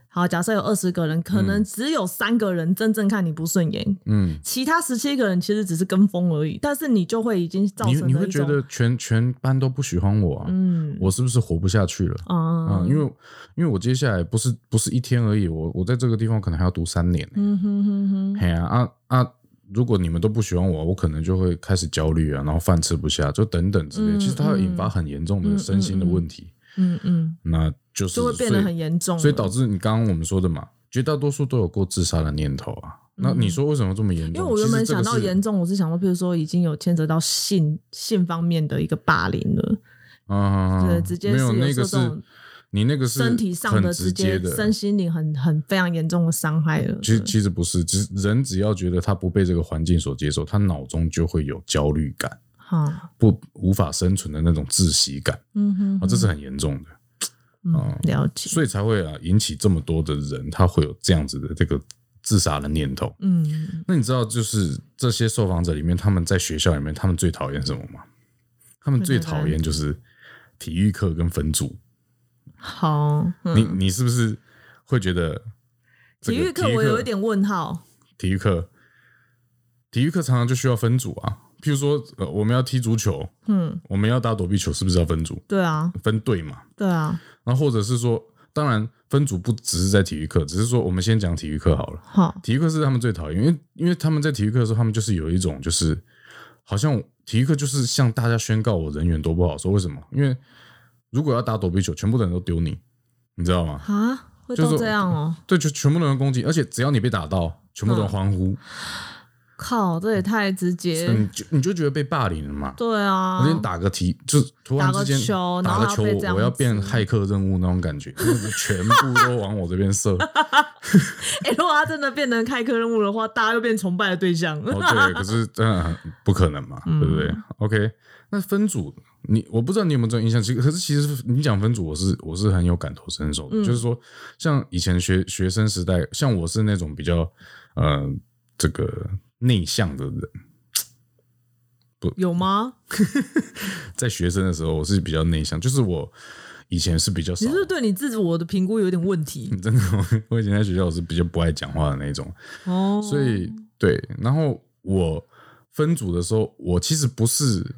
Speaker 2: 好，假设有二十个人，可能只有三个人真正看你不顺眼，
Speaker 1: 嗯，
Speaker 2: 其他十七个人其实只是跟风而已，但是你就会已经造
Speaker 1: 你
Speaker 2: 成
Speaker 1: 你
Speaker 2: 了
Speaker 1: 会
Speaker 2: 一
Speaker 1: 觉
Speaker 2: 种
Speaker 1: 得全全班都不喜欢我啊，
Speaker 2: 嗯
Speaker 1: 我是不是活不下去了？
Speaker 2: 啊
Speaker 1: 啊，因为因为我接下来不是不是一天而已，我我在这个地方可能还要读三年呢、
Speaker 2: 嗯哼哼哼，
Speaker 1: 嘿啊啊啊！如果你们都不喜欢我，我可能就会开始焦虑啊，然后饭吃不下，就等等之类。
Speaker 2: 嗯
Speaker 1: 其实它会引发很严重的身心的问题，
Speaker 2: 嗯嗯，
Speaker 1: 那就是
Speaker 2: 就会变得很严
Speaker 1: 所
Speaker 2: 重了，
Speaker 1: 以，所以导致你刚刚我们说的嘛，绝大多数都有过自杀的念头啊。那你说为什么这么严重？
Speaker 2: 嗯因为我原本
Speaker 1: 其实这
Speaker 2: 想
Speaker 1: 个
Speaker 2: 到
Speaker 1: 是
Speaker 2: 严重，我是想说，譬如说已经有牵扯到性性方面的一个霸凌了，
Speaker 1: 啊，
Speaker 2: 对直接
Speaker 1: 没有
Speaker 2: 是有
Speaker 1: 那个
Speaker 2: 这
Speaker 1: 是
Speaker 2: 种，
Speaker 1: 你那个是
Speaker 2: 身体上
Speaker 1: 很
Speaker 2: 的
Speaker 1: 直
Speaker 2: 直
Speaker 1: 接
Speaker 2: 接、
Speaker 1: 的。
Speaker 2: 身心灵很很非常严重的伤害了。
Speaker 1: 其实其实不是，只是人只要觉得他不被这个环境所接受，他脑中就会有焦虑感，
Speaker 2: 哈，
Speaker 1: 不无法生存的那种窒息感
Speaker 2: 嗯哼
Speaker 1: 啊，这是很严重的，
Speaker 2: 嗯了解，
Speaker 1: 所以才会啊引起这么多的人他会有这样子的这个自杀的念头。
Speaker 2: 嗯，
Speaker 1: 那你知道，就是这些受访者里面，他们在学校里面，他们最讨厌什么吗？他们最讨厌就是体育课跟分组。
Speaker 2: 好，嗯
Speaker 1: 你你是不是会觉得这
Speaker 2: 体
Speaker 1: 个
Speaker 2: 育课我有一点问号，
Speaker 1: 体育课，体育课常常就需要分组啊。譬如说，呃，我们要踢足球，
Speaker 2: 嗯，
Speaker 1: 我们要打躲避球，是不是要分组
Speaker 2: 对啊，
Speaker 1: 分队嘛？
Speaker 2: 对啊，
Speaker 1: 然后或者是说，当然分组不只是在体育课，只是说我们先讲体育课好了。
Speaker 2: 好，
Speaker 1: 体育课是他们最讨厌，因为因为他们在体育课的时候，他们就是有一种就是好像体育课就是向大家宣告我人缘多不好，说为什么？因为如果要打躲避球，全部的人都丢你，你知道吗？
Speaker 2: 啊，会
Speaker 1: 就是
Speaker 2: 到这样哦，
Speaker 1: 对，就全部的人攻击，而且只要你被打到，全部
Speaker 2: 嗯
Speaker 1: 的人欢呼，
Speaker 2: 靠，这也太直
Speaker 1: 所
Speaker 2: 接
Speaker 1: 以，你就你就觉得被霸凌了嘛。
Speaker 2: 对
Speaker 1: 我
Speaker 2: 啊
Speaker 1: 今，天打个题，就是突然
Speaker 2: 打
Speaker 1: 之
Speaker 2: 个
Speaker 1: 间
Speaker 2: 球然
Speaker 1: 打
Speaker 2: 后
Speaker 1: 个
Speaker 2: 要
Speaker 1: 球，
Speaker 2: 被这样
Speaker 1: 我要变
Speaker 2: 子
Speaker 1: 骇客任务那种感觉，就是全部都往我这边射。
Speaker 2: 哎，如果他真的变成开课任务的话，大家又变崇拜的对象，
Speaker 1: 哦，对， 可是真的很不可能嘛，对不
Speaker 2: 嗯
Speaker 1: 对？OK，那分组，你我不知道你有没有这种印象，其实可是其实你讲分组，我是我是很有感同身受
Speaker 2: 嗯
Speaker 1: 的，就是说，像以前学学生时代，像我是那种比较呃这个内向的人，
Speaker 2: 有吗？
Speaker 1: 在学生的时候我是比较内向，就是我以前是比较
Speaker 2: 你
Speaker 1: 少
Speaker 2: 是不是对你自我的评估有点问题？
Speaker 1: 真的，我我以前在学校我是比较不爱讲话的那种，
Speaker 2: 哦，
Speaker 1: 嗯所以对，然后我分组的时候，我其实不是，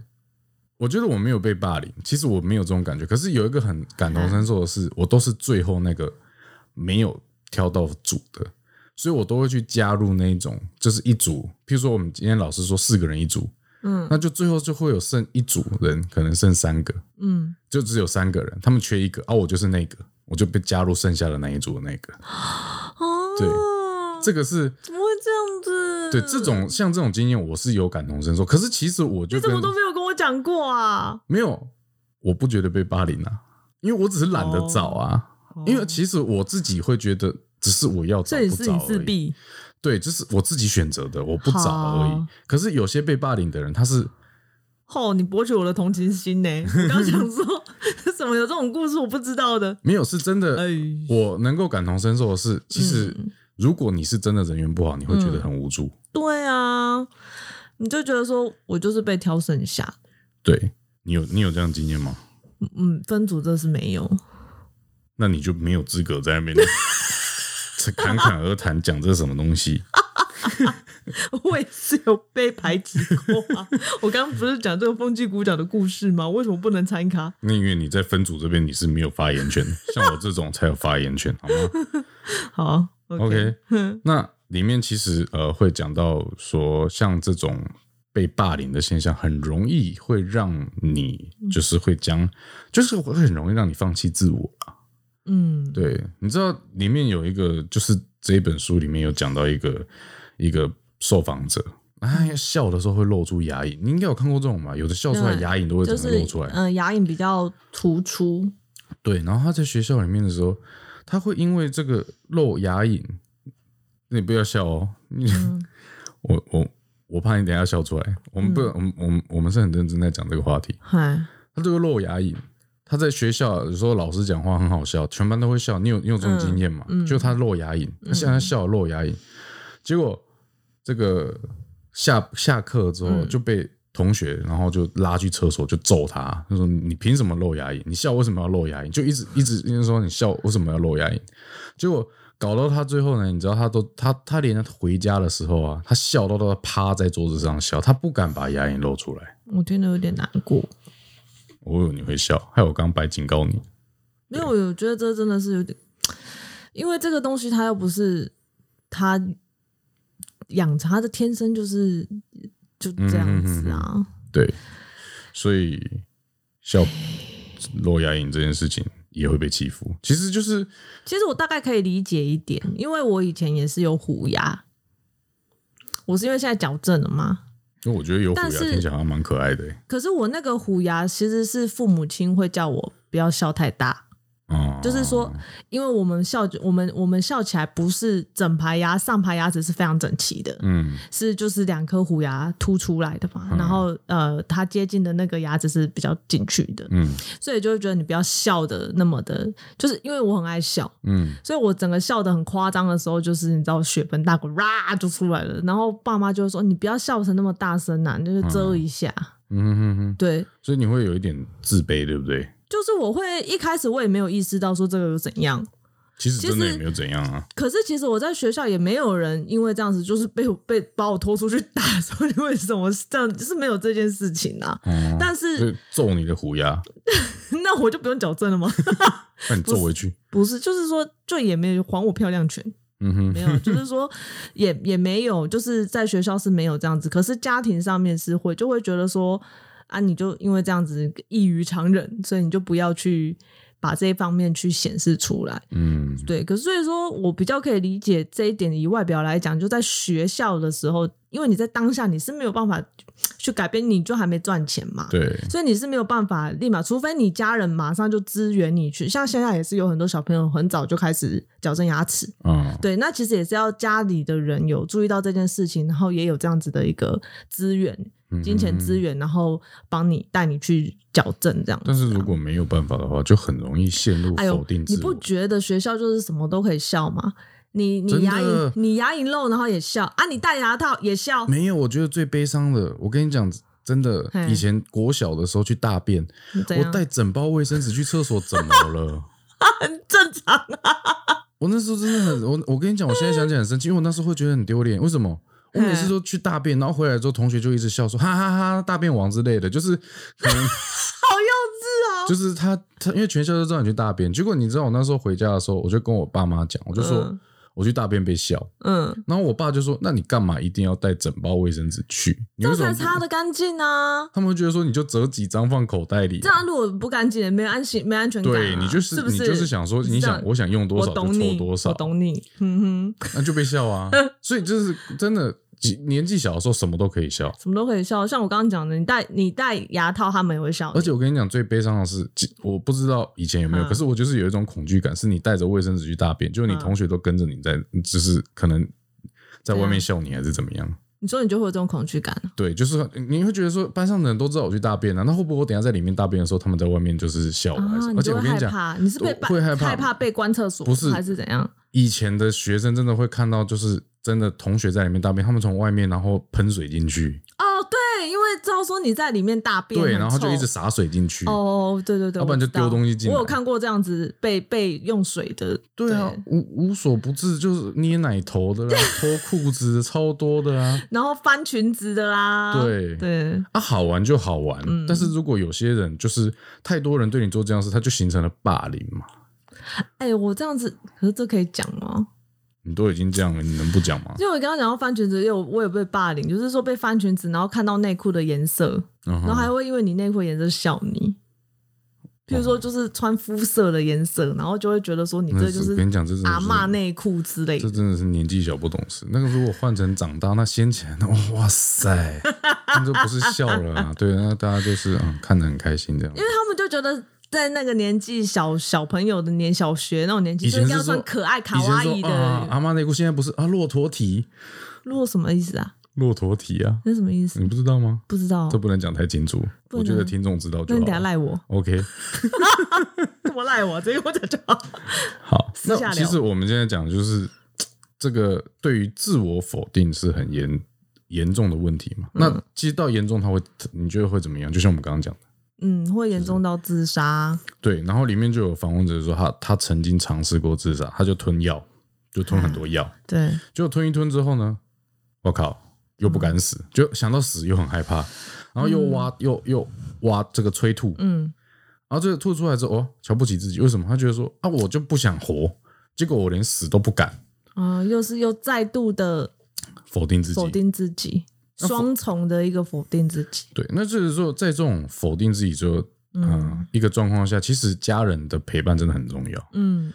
Speaker 1: 我觉得我没有被霸凌，其实我没有这种感觉。可是有一个很感同身受的是，我都是最后那个没有挑到组的，所以我都会去加入那一种，就是一组，譬如说我们今天老师说四个人一组，
Speaker 2: 嗯
Speaker 1: 那就最后就会有剩一组人，可能剩三个，
Speaker 2: 嗯，
Speaker 1: 就只有三个人，他们缺一个，啊，我就是那个，我就被加入剩下的那一组的那个，
Speaker 2: 哦，
Speaker 1: 对这个是。
Speaker 2: 怎么会这样子？
Speaker 1: 对，这种像这种经验，我是有感同身受。可是其实我就
Speaker 2: 嗯你怎么
Speaker 1: 跟
Speaker 2: 都没有跟我讲过啊？
Speaker 1: 没有，我不觉得被霸凌啊，因为我只是懒得找啊。因为其实我自己会觉得，只是我要找
Speaker 2: 哦这也
Speaker 1: 不
Speaker 2: 是你
Speaker 1: 找
Speaker 2: 自
Speaker 1: 而已。
Speaker 2: 闭，
Speaker 1: 对，这是我自己选择的，我不找而已
Speaker 2: 好。
Speaker 1: 可是有些被霸凌的人，他是
Speaker 2: 哦，你博取我的同情心呢、我刚想说， 怎么有这种故事我不知道的？
Speaker 1: 没有是真的。
Speaker 2: 哎，嗯
Speaker 1: 我能够感同身受的是，其实如果你是真的人缘不好，你会觉得很无助。
Speaker 2: 对啊，你就觉得说我就是被挑剩下，
Speaker 1: 对你有你有这样的经验吗？
Speaker 2: 嗯，分组这是没有，
Speaker 1: 那你就没有资格在那边 侃侃而谈讲这什么东西。
Speaker 2: 我也是有被排挤过啊！ 我刚刚不是讲这个风纪股长的故事吗？为什么不能参卡？
Speaker 1: 那因为你在分组这边你是没有发言权的，像我这种才有发言权，好吗？
Speaker 2: 好
Speaker 1: OK，那里面其实呃会讲到说，像这种被霸凌的现象，很容易会让你
Speaker 2: 嗯
Speaker 1: 就是会将，就是会很容易让你放弃自我啊。
Speaker 2: 嗯，
Speaker 1: 对，你知道里面有一个，就是这一本书里面有讲到一个一个受访者，哎，笑的时候会露出牙龈，你应该有看过这种吧？有的笑出来
Speaker 2: 对
Speaker 1: 牙龈都会
Speaker 2: 就
Speaker 1: 整个
Speaker 2: 是
Speaker 1: 露出来，
Speaker 2: 嗯、牙龈比较突出，
Speaker 1: 对，然后他在学校里面的时候，他会因为这个露牙龈，你不要笑哦，你、 我我我怕你等一下笑出来。我们不，我们我们我们是很认真在讲这个话题。
Speaker 2: 嗨，
Speaker 1: 他这个露牙龈，他在学校有时候老师讲话很好笑，全班都会笑。你有你有这种经验吗？就他露牙龈，他现在笑露牙龈，结果这个下下课之后就被同学，然后就拉去厕所就揍他，就说你凭什么露牙龈？你笑为什么要露牙龈？就一直一直一直说你笑为什么要露牙龈？结果。搞到他最后呢，你知道他都他他连回家的时候啊，他笑到都趴在桌子上笑，他不敢把牙龈露出来。
Speaker 2: 我听得有点难过。
Speaker 1: 我以为你会笑，害我刚白警告你。
Speaker 2: 没有，我觉得这真的是有点，因为这个东西它又不是它养成，它的天生就是就这样子啊。
Speaker 1: 对，所以笑露牙龈这件事情也会被欺负，其实就是
Speaker 2: 其实我大概可以理解一点，因为我以前也是有虎牙，我是因为现在矫正了嘛。
Speaker 1: 因为我觉得有虎牙
Speaker 2: 但是
Speaker 1: 听起来还蛮可爱的、欸，
Speaker 2: 可是我那个虎牙其实是父母亲会叫我不要笑太大，
Speaker 1: 嗯，
Speaker 2: 就是说，因为我们笑，我们我们笑起来不是整排牙、上排牙齿是非常整齐的，
Speaker 1: 嗯
Speaker 2: 是就是两颗虎牙凸出来的嘛。然后呃，它接近的那个牙齿是比较进去的，
Speaker 1: 嗯
Speaker 2: 所以就会觉得你不要笑的那么的，就是因为我很爱笑，
Speaker 1: 嗯，
Speaker 2: 所以我整个笑得很夸张的时候，就是你知道血盆大口啦就出来了，然后爸妈就会说你不要笑成那么大声啊呐、你就是遮一下。
Speaker 1: 嗯哼哼哼，
Speaker 2: 对，
Speaker 1: 所以你会有一点自卑，对不对？
Speaker 2: 就是我会一开始我也没有意识到说这个又怎样，
Speaker 1: 其实真的
Speaker 2: 其实
Speaker 1: 也没有怎样啊，
Speaker 2: 可是其实我在学校也没有人因为这样子就是被被把我拖出去打，说你为什么是这样，就是没有这件事情啊。
Speaker 1: 嗯，
Speaker 2: 但
Speaker 1: 就是是揍你的虎牙，
Speaker 2: 那我就不用矫正了吗？
Speaker 1: 把你揍回去，
Speaker 2: 不是，就是说就也没有还我漂亮权，
Speaker 1: 嗯哼，
Speaker 2: 没有，就是说也也没有，就是在学校是没有这样子，可是家庭上面是会就会觉得说啊，你就因为这样子异于常人，所以你就不要去把这一方面去显示出来。
Speaker 1: 嗯
Speaker 2: 对，可是所以说我比较可以理解这一点。以外表来讲，就在学校的时候，因为你在当下你是没有办法去改变，你就还没赚钱嘛，
Speaker 1: 对，
Speaker 2: 所以你是没有办法立马，除非你家人马上就支援你去。像现在也是有很多小朋友很早就开始矫正牙齿，
Speaker 1: 嗯
Speaker 2: 对，那其实也是要家里的人有注意到这件事情，然后也有这样子的一个资源、金钱
Speaker 1: 嗯
Speaker 2: 资源，然后帮你带你去矫正这样子啊。
Speaker 1: 但是如果没有办法的话，就很容易陷入
Speaker 2: 哎呦
Speaker 1: 否定，自
Speaker 2: 你不
Speaker 1: 我。
Speaker 2: 觉得学校就是什么都可以笑吗？你
Speaker 1: 真
Speaker 2: 你
Speaker 1: 的
Speaker 2: 牙龈你牙龈露，然后也笑啊！你戴牙套也笑，
Speaker 1: 没有，我觉得最悲伤的，我跟你讲，真的，
Speaker 2: 嘿
Speaker 1: 以前国小的时候去大便，
Speaker 2: 怎
Speaker 1: 我
Speaker 2: 样？
Speaker 1: 带整包卫生纸去厕所，怎么 了？
Speaker 2: 很正常啊。
Speaker 1: 我那时候真的很，我我跟你讲，我现在想起来很生气，因为我那时候会觉得很丢脸。为什么？我每次都去大便，然后回来之后，同学就一直笑说哈哈哈大便王之类的，就是可能
Speaker 2: 好幼稚哦。
Speaker 1: 就是他他，因为全校都知道你去大便。结果你知道我那时候回家的时候，我就跟我爸妈讲，我就说、
Speaker 2: 嗯
Speaker 1: 我去大便被笑，
Speaker 2: 嗯，
Speaker 1: 然后我爸就说那你干嘛一定要带整包卫生纸去？你
Speaker 2: 这
Speaker 1: 为
Speaker 2: 样
Speaker 1: 什么
Speaker 2: 才
Speaker 1: 不
Speaker 2: 擦的干净啊！
Speaker 1: 他们会觉得说你就折几张放口袋里啊、
Speaker 2: 这样如果不干净，没有安心，没安全感啊、
Speaker 1: 对你就是
Speaker 2: 是不
Speaker 1: 你就是想说，你
Speaker 2: 这样
Speaker 1: 想我想用多
Speaker 2: 我
Speaker 1: 少就
Speaker 2: 懂
Speaker 1: 抽
Speaker 2: 你，
Speaker 1: 多少
Speaker 2: 我，懂你。嗯哼，
Speaker 1: 那就被笑 啊。所以就是真的，几年纪小的时候什么都可以笑。
Speaker 2: 什么都可以笑。像我刚刚讲的，你戴你戴牙套，他们也会笑你。
Speaker 1: 而且我跟你讲，最悲伤的是，其我不知道以前有没有，
Speaker 2: 嗯
Speaker 1: 可是我就是有一种恐惧感，是你带着卫生纸去大便，就是你
Speaker 2: 嗯
Speaker 1: 同学都跟着你在，就是可能在外面
Speaker 2: 对啊
Speaker 1: 笑你还是怎么样。
Speaker 2: 你说你就会有这种恐惧感啊。
Speaker 1: 对，就是你会觉得说，班上的人都知道我去大便了、啊那会不会我等一下在里面大便的时候，他们在外面就是笑我？还是哦
Speaker 2: 啊，
Speaker 1: 而
Speaker 2: 你
Speaker 1: 且
Speaker 2: 就
Speaker 1: 我
Speaker 2: 会
Speaker 1: 跟
Speaker 2: 害
Speaker 1: 你讲，
Speaker 2: 怕，你是被
Speaker 1: 我会害怕
Speaker 2: 怕害被关厕所，
Speaker 1: 不是
Speaker 2: 还是怎样？
Speaker 1: 以前的学生真的会看到，就是真的同学在里面大便，他们从外面然后喷水进去，
Speaker 2: 哦，对，对，因为知道说你在里面大便很
Speaker 1: 对，
Speaker 2: 臭，
Speaker 1: 然后就一直洒水进去。
Speaker 2: 哦，对对对，
Speaker 1: 要不然就
Speaker 2: 我知道
Speaker 1: 丢东西进来
Speaker 2: 我有看过这样子被被用水的，
Speaker 1: 对啊，无无所不至，就是捏奶头的啦，脱裤子的超多的啊。
Speaker 2: 然后翻裙子的啦，
Speaker 1: 对
Speaker 2: 对，
Speaker 1: 啊，好玩就好玩，但是如果有些人就是太多人对你做这样的事，他就形成了霸凌嘛。
Speaker 2: 哎、我这样子，可是这可以讲吗？
Speaker 1: 你都已经这样了，你能不讲吗？
Speaker 2: 因为我刚刚讲到翻裙子，有我有被霸凌，就是说被翻裙子，然后看到内裤的颜色，
Speaker 1: 然
Speaker 2: 然后还会因为你内裤的颜色笑你。譬如
Speaker 1: 哦
Speaker 2: 说，就是穿肤色的颜色，然后就会觉得说你这就
Speaker 1: 跟
Speaker 2: 是
Speaker 1: 你讲，这真的
Speaker 2: 阿
Speaker 1: 是
Speaker 2: 嬷内裤之类
Speaker 1: 这
Speaker 2: 的。
Speaker 1: 真的是年纪小不懂事。那个如果换成长大，那掀起来，那 哇塞，那就不是笑了 啊。对，那大家就是嗯，看得很开心这样。
Speaker 2: 因为他们就觉得在那个年纪小小朋友的年小学那种年纪，
Speaker 1: 以
Speaker 2: 就应
Speaker 1: 前
Speaker 2: 该
Speaker 1: 是
Speaker 2: 要
Speaker 1: 说
Speaker 2: 穿可爱卡
Speaker 1: 以前
Speaker 2: 哇
Speaker 1: 说
Speaker 2: 伊的。
Speaker 1: 啊，阿妈内裤现在不是啊，骆驼体，
Speaker 2: 落什么意思啊？
Speaker 1: 骆驼体 啊，
Speaker 2: 那什么意思？
Speaker 1: 你不知道吗？
Speaker 2: 不知道
Speaker 1: 这。不能讲太清楚，
Speaker 2: 不
Speaker 1: 我
Speaker 2: 能
Speaker 1: 觉得听众知道就
Speaker 2: 那你
Speaker 1: 好
Speaker 2: 等下
Speaker 1: 了。
Speaker 2: 赖我，
Speaker 1: OK，
Speaker 2: 怎么赖我？直接跟我讲就好。
Speaker 1: 好，
Speaker 2: 私下
Speaker 1: 那其
Speaker 2: 聊
Speaker 1: 实我们现在讲的就是这个对于自我否定是很严严重的问题嘛。
Speaker 2: 嗯
Speaker 1: 那其实到严重，它会你觉得会怎么样？就像我们刚刚讲的，
Speaker 2: 嗯，会严重到自杀。
Speaker 1: 对。然后里面就有访问者说他他曾经尝试过自杀，他就吞药，就吞很多药，
Speaker 2: 对，
Speaker 1: 结果吞一吞之后呢，我靠，又不敢死，就想到死又很害怕，然后又挖、又又挖这个催吐，
Speaker 2: 嗯，
Speaker 1: 然后这个吐出来之后，哦，瞧不起自己，为什么？他觉得说啊，我就不想活，结果我连死都不敢，
Speaker 2: 啊、又是又再度的
Speaker 1: 否定自己，
Speaker 2: 否定自己，双重的一个否定自己。
Speaker 1: 对，那就是说，在这种否定自己之后，嗯、一个状况下，其实家人的陪伴真的很重要。
Speaker 2: 嗯，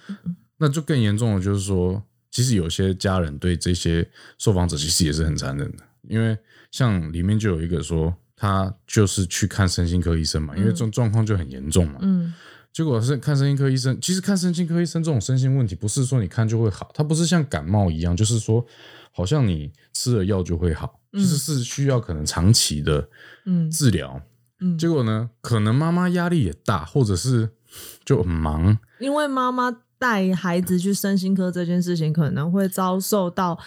Speaker 1: 那就更严重的就是说，其实有些家人对这些受访者其实也是很残忍的，因为像里面就有一个说，他就是去看身心科医生嘛，因为这种状况就很严重嘛。
Speaker 2: 嗯，
Speaker 1: 结果是看身心科医生，其实看身心科医生这种身心问题，不是说你看就会好，它不是像感冒一样，就是说好像你吃了药就会好，其实是需要可能长期的
Speaker 2: 嗯
Speaker 1: 治疗。
Speaker 2: 嗯
Speaker 1: 结果呢，可能妈妈压力也大，或者是就很忙，
Speaker 2: 因为妈妈带孩子去身心科这件事情，可能会遭受到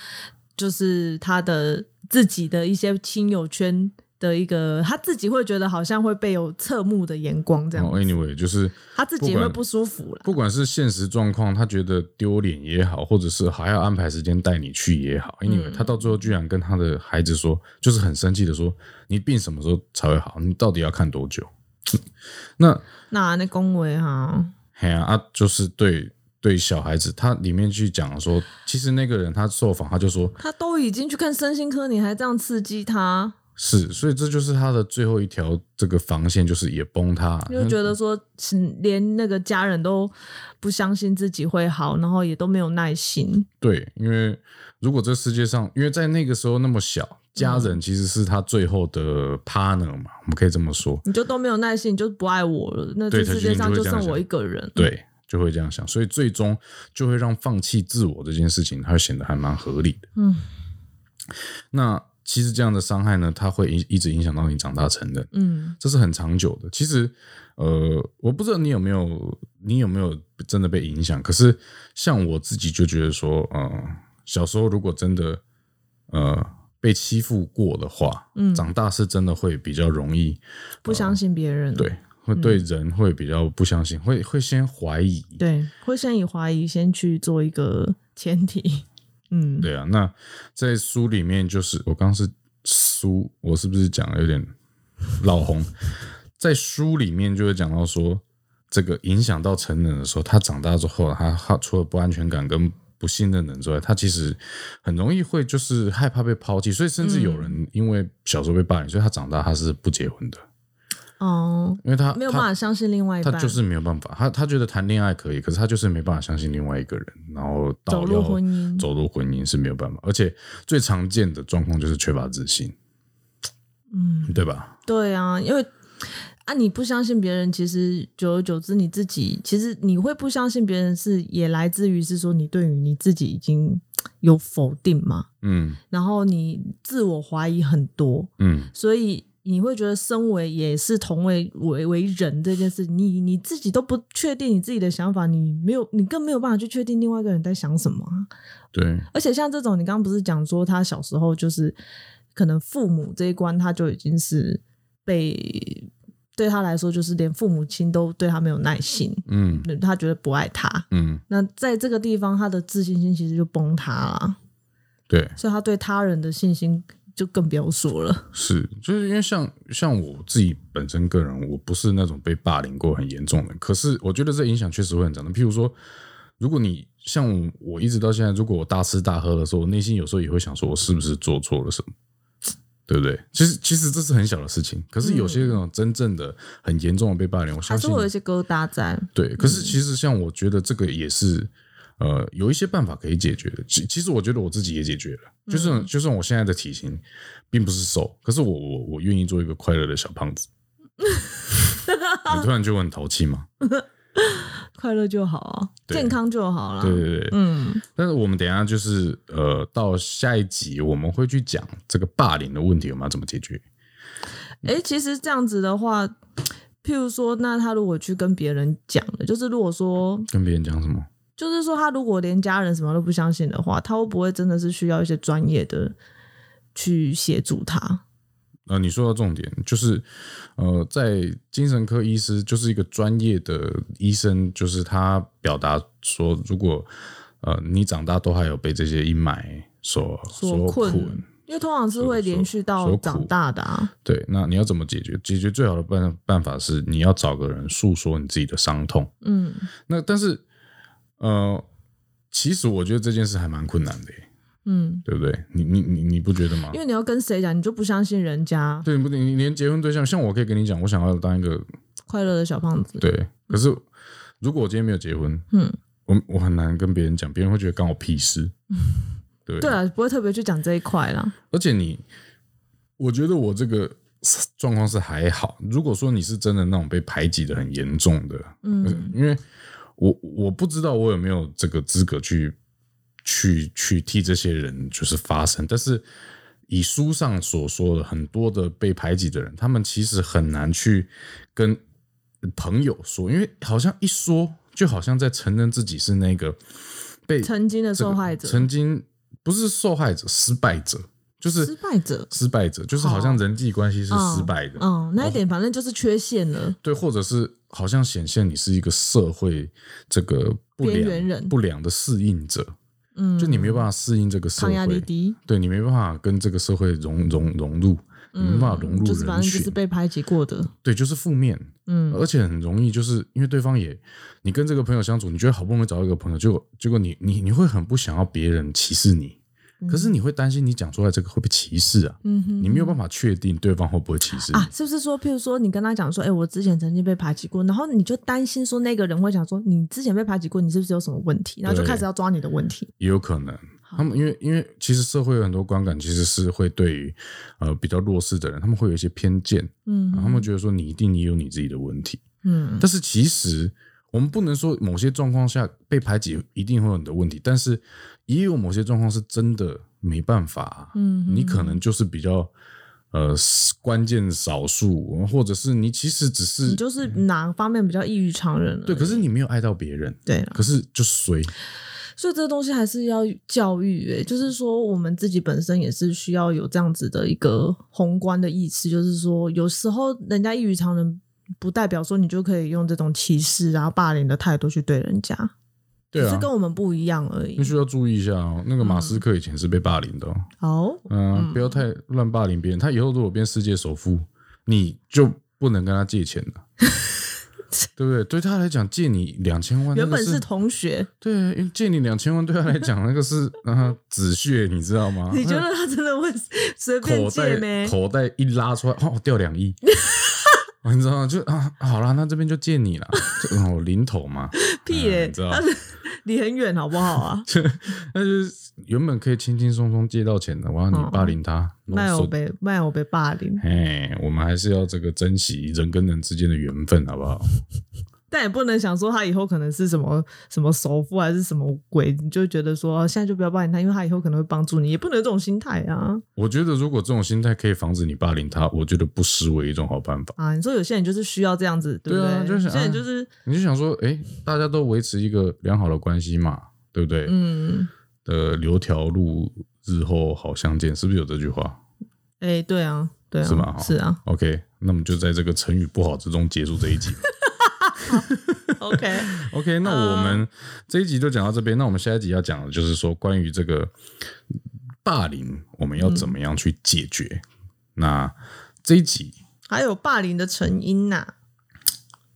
Speaker 2: 就是他的自己的一些亲友圈的一个，他自己会觉得好像会被有侧目的眼光这
Speaker 1: 然
Speaker 2: 样
Speaker 1: 后哦 anyway 就是
Speaker 2: 他自
Speaker 1: 不
Speaker 2: 己
Speaker 1: 管
Speaker 2: 会不舒服了。
Speaker 1: 不管是现实状况，他觉得丢脸也好，或者是还要安排时间带你去也好，anyway，、他到最后居然跟他的孩子说，就是很生气的说，你病什么时候才会好？你到底要看多久？那
Speaker 2: 那那恭维哈，
Speaker 1: 嘿啊，啊就是对对小孩子，他里面去讲说，其实那个人他受访，他就说
Speaker 2: 他都已经去看身心科，你还这样刺激他，
Speaker 1: 是，所以这就是他的最后一条这个防线，就是也崩塌，
Speaker 2: 就觉得说嗯连那个家人都不相信自己会好，然后也都没有耐心。
Speaker 1: 对，因为如果这世界上，因为在那个时候那么小，
Speaker 2: 嗯
Speaker 1: 家人其实是他最后的 partner 嘛，我们可以这么说，
Speaker 2: 你就都没有耐心，你就不爱我了。那
Speaker 1: 对
Speaker 2: 这世界上
Speaker 1: 他就一定
Speaker 2: 就
Speaker 1: 会这样
Speaker 2: 剩我一个人。
Speaker 1: 对，就会这样想，所以最终就会让放弃自我这件事情，它会显得还蛮合理的。
Speaker 2: 嗯
Speaker 1: 那其实这样的伤害呢，它会一一直影响到你长大成人，
Speaker 2: 嗯，
Speaker 1: 这是很长久的。其实，呃，我不知道你有没有，你有没有真的被影响？可是像我自己就觉得说，呃，小时候如果真的，呃，被欺负过的话，嗯，长大是真的会比较容易，
Speaker 2: 不相信别人，
Speaker 1: 对，会对人会比较不相信，会会先怀疑，
Speaker 2: 对，会先以怀疑先去做一个前提。 嗯，
Speaker 1: 对啊。那在书里面，就是我刚刚是书，我是不是讲的有点老红？ 在书里面就会讲到说，这个影响到成人的时候，他长大之后，他他除了不安全感跟不信任人之外，他其实很容易会就是害怕被抛弃，所以甚至有人因为小时候被霸凌，所以他长大他是不结婚的，
Speaker 2: 哦，
Speaker 1: 因为他
Speaker 2: 没有
Speaker 1: 他
Speaker 2: 办法相信另外一
Speaker 1: 他
Speaker 2: 半，
Speaker 1: 就是没有办法，他他觉得谈恋爱可以，可是他就是没办法相信另外一个人，然后到
Speaker 2: 走入
Speaker 1: 要
Speaker 2: 婚姻
Speaker 1: 走入婚姻是没有办法，而且最常见的状况就是缺乏自信，嗯，对吧？
Speaker 2: 对啊，因为。啊！你不相信别人，其实久而久之，你自己其实你会不相信别人是，也来自于是说你对于你自己已经有否定嘛，
Speaker 1: 嗯
Speaker 2: 然后你自我怀疑很多，
Speaker 1: 嗯，
Speaker 2: 所以你会觉得身为也是同为为为人这件事，你你自己都不确定你自己的想法，你没有，你更没有办法去确定另外一个人在想什么啊、
Speaker 1: 对，
Speaker 2: 而且像这种，你刚刚不是讲说他小时候就是可能父母这一关他就已经是被对他来说，就是连父母亲都对他没有耐心，
Speaker 1: 嗯
Speaker 2: 他觉得不爱他。
Speaker 1: 嗯，
Speaker 2: 那在这个地方，他的自信心其实就崩塌了，啊
Speaker 1: 对，
Speaker 2: 所以他对他人的信心就更不要说了。
Speaker 1: 是，就是因为像像我自己本身个人，我不是那种被霸凌过很严重的，可是我觉得这影响确实会很长的。譬如说，如果你像我，我一直到现在，如果我大吃大喝的时候，我内心有时候也会想说，我是不是做错了什么，对不对？其实其实这是很小的事情，可是有些那种真正的很严重的被霸凌，我
Speaker 2: 嗯还
Speaker 1: 相
Speaker 2: 是
Speaker 1: 信
Speaker 2: 会有一些疙瘩在。
Speaker 1: 对，可是其实像我觉得这个也是，呃，有一些办法可以解决的。其其实我觉得我自己也解决了，就算、就算我现在的体型并不是瘦，可是我我我愿意做一个快乐的小胖子。你突然就很淘气嘛？
Speaker 2: 快乐就好啊，
Speaker 1: 对
Speaker 2: 健康就好啦。
Speaker 1: 对对对。
Speaker 2: 嗯，
Speaker 1: 但是我们等一下就是呃，到下一集我们会去讲这个霸凌的问题，我们要怎么解决？
Speaker 2: 哎、其实这样子的话，譬如说，那他如果去跟别人讲了，就是如果说，
Speaker 1: 跟别人讲什么？
Speaker 2: 就是说，他如果连家人什么都不相信的话，他会不会真的是需要一些专业的去协助他？
Speaker 1: 呃，你说到重点，就是呃，在精神科医师就是一个专业的医生，就是他表达说，如果呃你长大都还有被这些阴霾所
Speaker 2: 所
Speaker 1: 困，
Speaker 2: 困因为通常是会连续到
Speaker 1: 所苦
Speaker 2: 长大的啊。
Speaker 1: 对，那你要怎么解决？解决最好的办办法是你要找个人诉说你自己的伤痛。
Speaker 2: 嗯，
Speaker 1: 那但是呃，其实我觉得这件事还蛮困难的耶，
Speaker 2: 嗯，
Speaker 1: 对不对？你你你你不觉得吗
Speaker 2: 因？为你要跟谁讲，你就不相信人家
Speaker 1: 对，不对，你连结婚对象，像我可以跟你讲，我想要当一个
Speaker 2: 快乐的小胖子。
Speaker 1: 对，可是如果我今天没有结婚，
Speaker 2: 嗯，
Speaker 1: 我我很难跟别人讲，别人会觉得干我屁事。对，
Speaker 2: 对啊，不会特别去讲这一块啦。
Speaker 1: 而且你，我觉得我这个状况是还好。如果说你是真的那种被排挤的很严重的，
Speaker 2: 嗯，
Speaker 1: 因为我我不知道我有没有这个资格去去去替这些人就是发声，但是以书上所说的很多的被排挤的人，他们其实很难去跟朋友说，因为好像一说就好像在承认自己是那个被
Speaker 2: 曾经的
Speaker 1: 这个
Speaker 2: 受害者，
Speaker 1: 曾经不是受害者，失败者就是
Speaker 2: 失败者。哦
Speaker 1: 失败者，就是好像人际关系是失败的，哦
Speaker 2: 嗯，那一点反正就是缺陷了。
Speaker 1: 对，或者是好像显现你是一个社会这个不
Speaker 2: 边
Speaker 1: 良
Speaker 2: 缘人
Speaker 1: 不良的适应者，
Speaker 2: 嗯，
Speaker 1: 就你没有办法适应这个社
Speaker 2: 抗压力
Speaker 1: 会，
Speaker 2: 低，
Speaker 1: 对你没办法跟这个社会融融融入，你没办法融入
Speaker 2: 嗯就是反
Speaker 1: 人
Speaker 2: 正就
Speaker 1: 群，呃
Speaker 2: 是被排挤过的。
Speaker 1: 对，就是负面，
Speaker 2: 嗯，
Speaker 1: 而且很容易就是因为对方也，你跟这个朋友相处，你觉得好不容易找到一个朋友，结果结果你你你会很不想要别人歧视你。可是你会担心你讲出来这个会被歧视啊？
Speaker 2: 嗯哼
Speaker 1: 你没有办法确定对方会不会歧视你。
Speaker 2: 啊，是不是说，譬如说你跟他讲说，哎、我之前曾经被排挤过，然后你就担心说那个人会想说，你之前被排挤过，你是不是有什么问题？然后就
Speaker 1: 对
Speaker 2: 开始要抓你的问题。
Speaker 1: 也有可能。他们因为因为其实社会有很多观感，其实是会对于呃比较弱势的人，他们会有一些偏见，
Speaker 2: 嗯
Speaker 1: 然后他们觉得说你一定也有你自己的问题。
Speaker 2: 嗯
Speaker 1: 但是其实我们不能说某些状况下被排挤一定会有你的问题，但是也有某些状况是真的没办法啊、
Speaker 2: 嗯
Speaker 1: 你可能就是比较呃关键少数，或者是你其实只是
Speaker 2: 你就是哪方面比较异于常人了？
Speaker 1: 对，可是你没有爱到别人，
Speaker 2: 对啊啦
Speaker 1: 可是就衰。
Speaker 2: 所以这东西还是要教育、欸，就是说我们自己本身也是需要有这样子的一个宏观的意识，就是说有时候人家异于常人，不代表说你就可以用这种歧视然后霸凌的态度去对人家，
Speaker 1: 对
Speaker 2: 只是
Speaker 1: 啊，
Speaker 2: 跟嗯我们不一样而已
Speaker 1: 必。须要注意一下哦。那个马斯克以前是被霸凌的、哦。
Speaker 2: 好，
Speaker 1: 嗯，不要太乱霸凌别人。他以后如果变世界首富，你就不能跟他借钱 了，对不对？对他来讲，借你两千万，
Speaker 2: 原
Speaker 1: 那
Speaker 2: 本
Speaker 1: 个
Speaker 2: 是同学，
Speaker 1: 对，因为借你两千万对他来讲，那个 是啊止血，你知道吗？
Speaker 2: 你觉得他真的会随便
Speaker 1: 啊嗯口
Speaker 2: 借咩
Speaker 1: 袋？口袋一拉出来，哦，掉两 亿。你知道吗？就啊，好啦，那这边就借你 啦，就哦，零头嘛，
Speaker 2: 屁耶、
Speaker 1: 嗯你知道
Speaker 2: 他是离很远好不好 啊？
Speaker 1: 那就是原本可以轻轻松松借到钱的，我要
Speaker 2: 嗯
Speaker 1: 你霸凌他，
Speaker 2: 卖
Speaker 1: 手
Speaker 2: 我被卖我被霸凌，
Speaker 1: 哎，我们还是要这个珍惜人跟人之间的缘分，好不好？
Speaker 2: 但也不能想说他以后可能是什么什么首富还是什么鬼，你就觉得说哦现在就不要霸凌他，因为他以后可能会帮助你，也不能有这种心态啊
Speaker 1: 我觉得如果这种心态可以防止你霸凌他，我觉得不失为一种好办法。
Speaker 2: 啊！你说有些人就是需要这样子，对不
Speaker 1: 对啊就是
Speaker 2: 有些
Speaker 1: 啊
Speaker 2: 人就是
Speaker 1: 你就想说，哎，大家都维持一个良好的关系嘛，对不对？
Speaker 2: 嗯，
Speaker 1: 呃，留条路，日后好相见，是不是有这句话？
Speaker 2: 哎，对啊，对啊，
Speaker 1: 是吗？
Speaker 2: 是啊
Speaker 1: OK，那么就在这个成语不好之中结束这一集。哦
Speaker 2: ，OK，
Speaker 1: OK，那我们这一集就讲到这边。那我们下一集要讲的就是说，关于这个霸凌，我们要怎么样去解决？那这一集
Speaker 2: 还有霸凌的成因呐、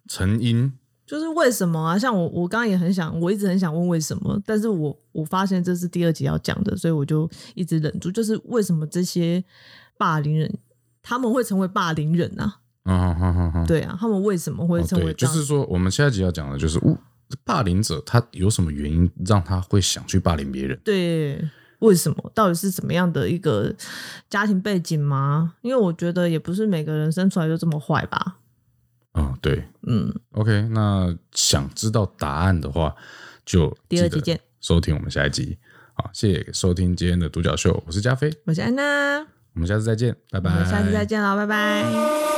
Speaker 1: 成因，
Speaker 2: 就是为什么啊？像我，我刚刚也很想，我一直很想问为什么，但是我我发现这是第二集要讲的，所以我就一直忍住。就是为什么这些霸凌人他们会成为霸凌人啊？
Speaker 1: 啊哈哈哈，
Speaker 2: 对啊，他们为什么会
Speaker 1: 哦
Speaker 2: 成为
Speaker 1: 对，就
Speaker 2: 这样、
Speaker 1: 是说，我们下一集要讲的就是，哦霸凌者他有什么原因让他会想去霸凌别人？
Speaker 2: 对，为什么？到底是怎么样的一个家庭背景吗？因为我觉得也不是每个人生出来就这么坏吧。
Speaker 1: 啊、对
Speaker 2: 嗯，
Speaker 1: ，OK，那想知道答案的话，就
Speaker 2: 第二集见，
Speaker 1: 收听我们下一集。好，谢谢收听今天的独角秀，我是加菲，
Speaker 2: 我是安娜，
Speaker 1: 我们下次再见，拜
Speaker 2: 我
Speaker 1: 拜，
Speaker 2: 们下次再见了，拜拜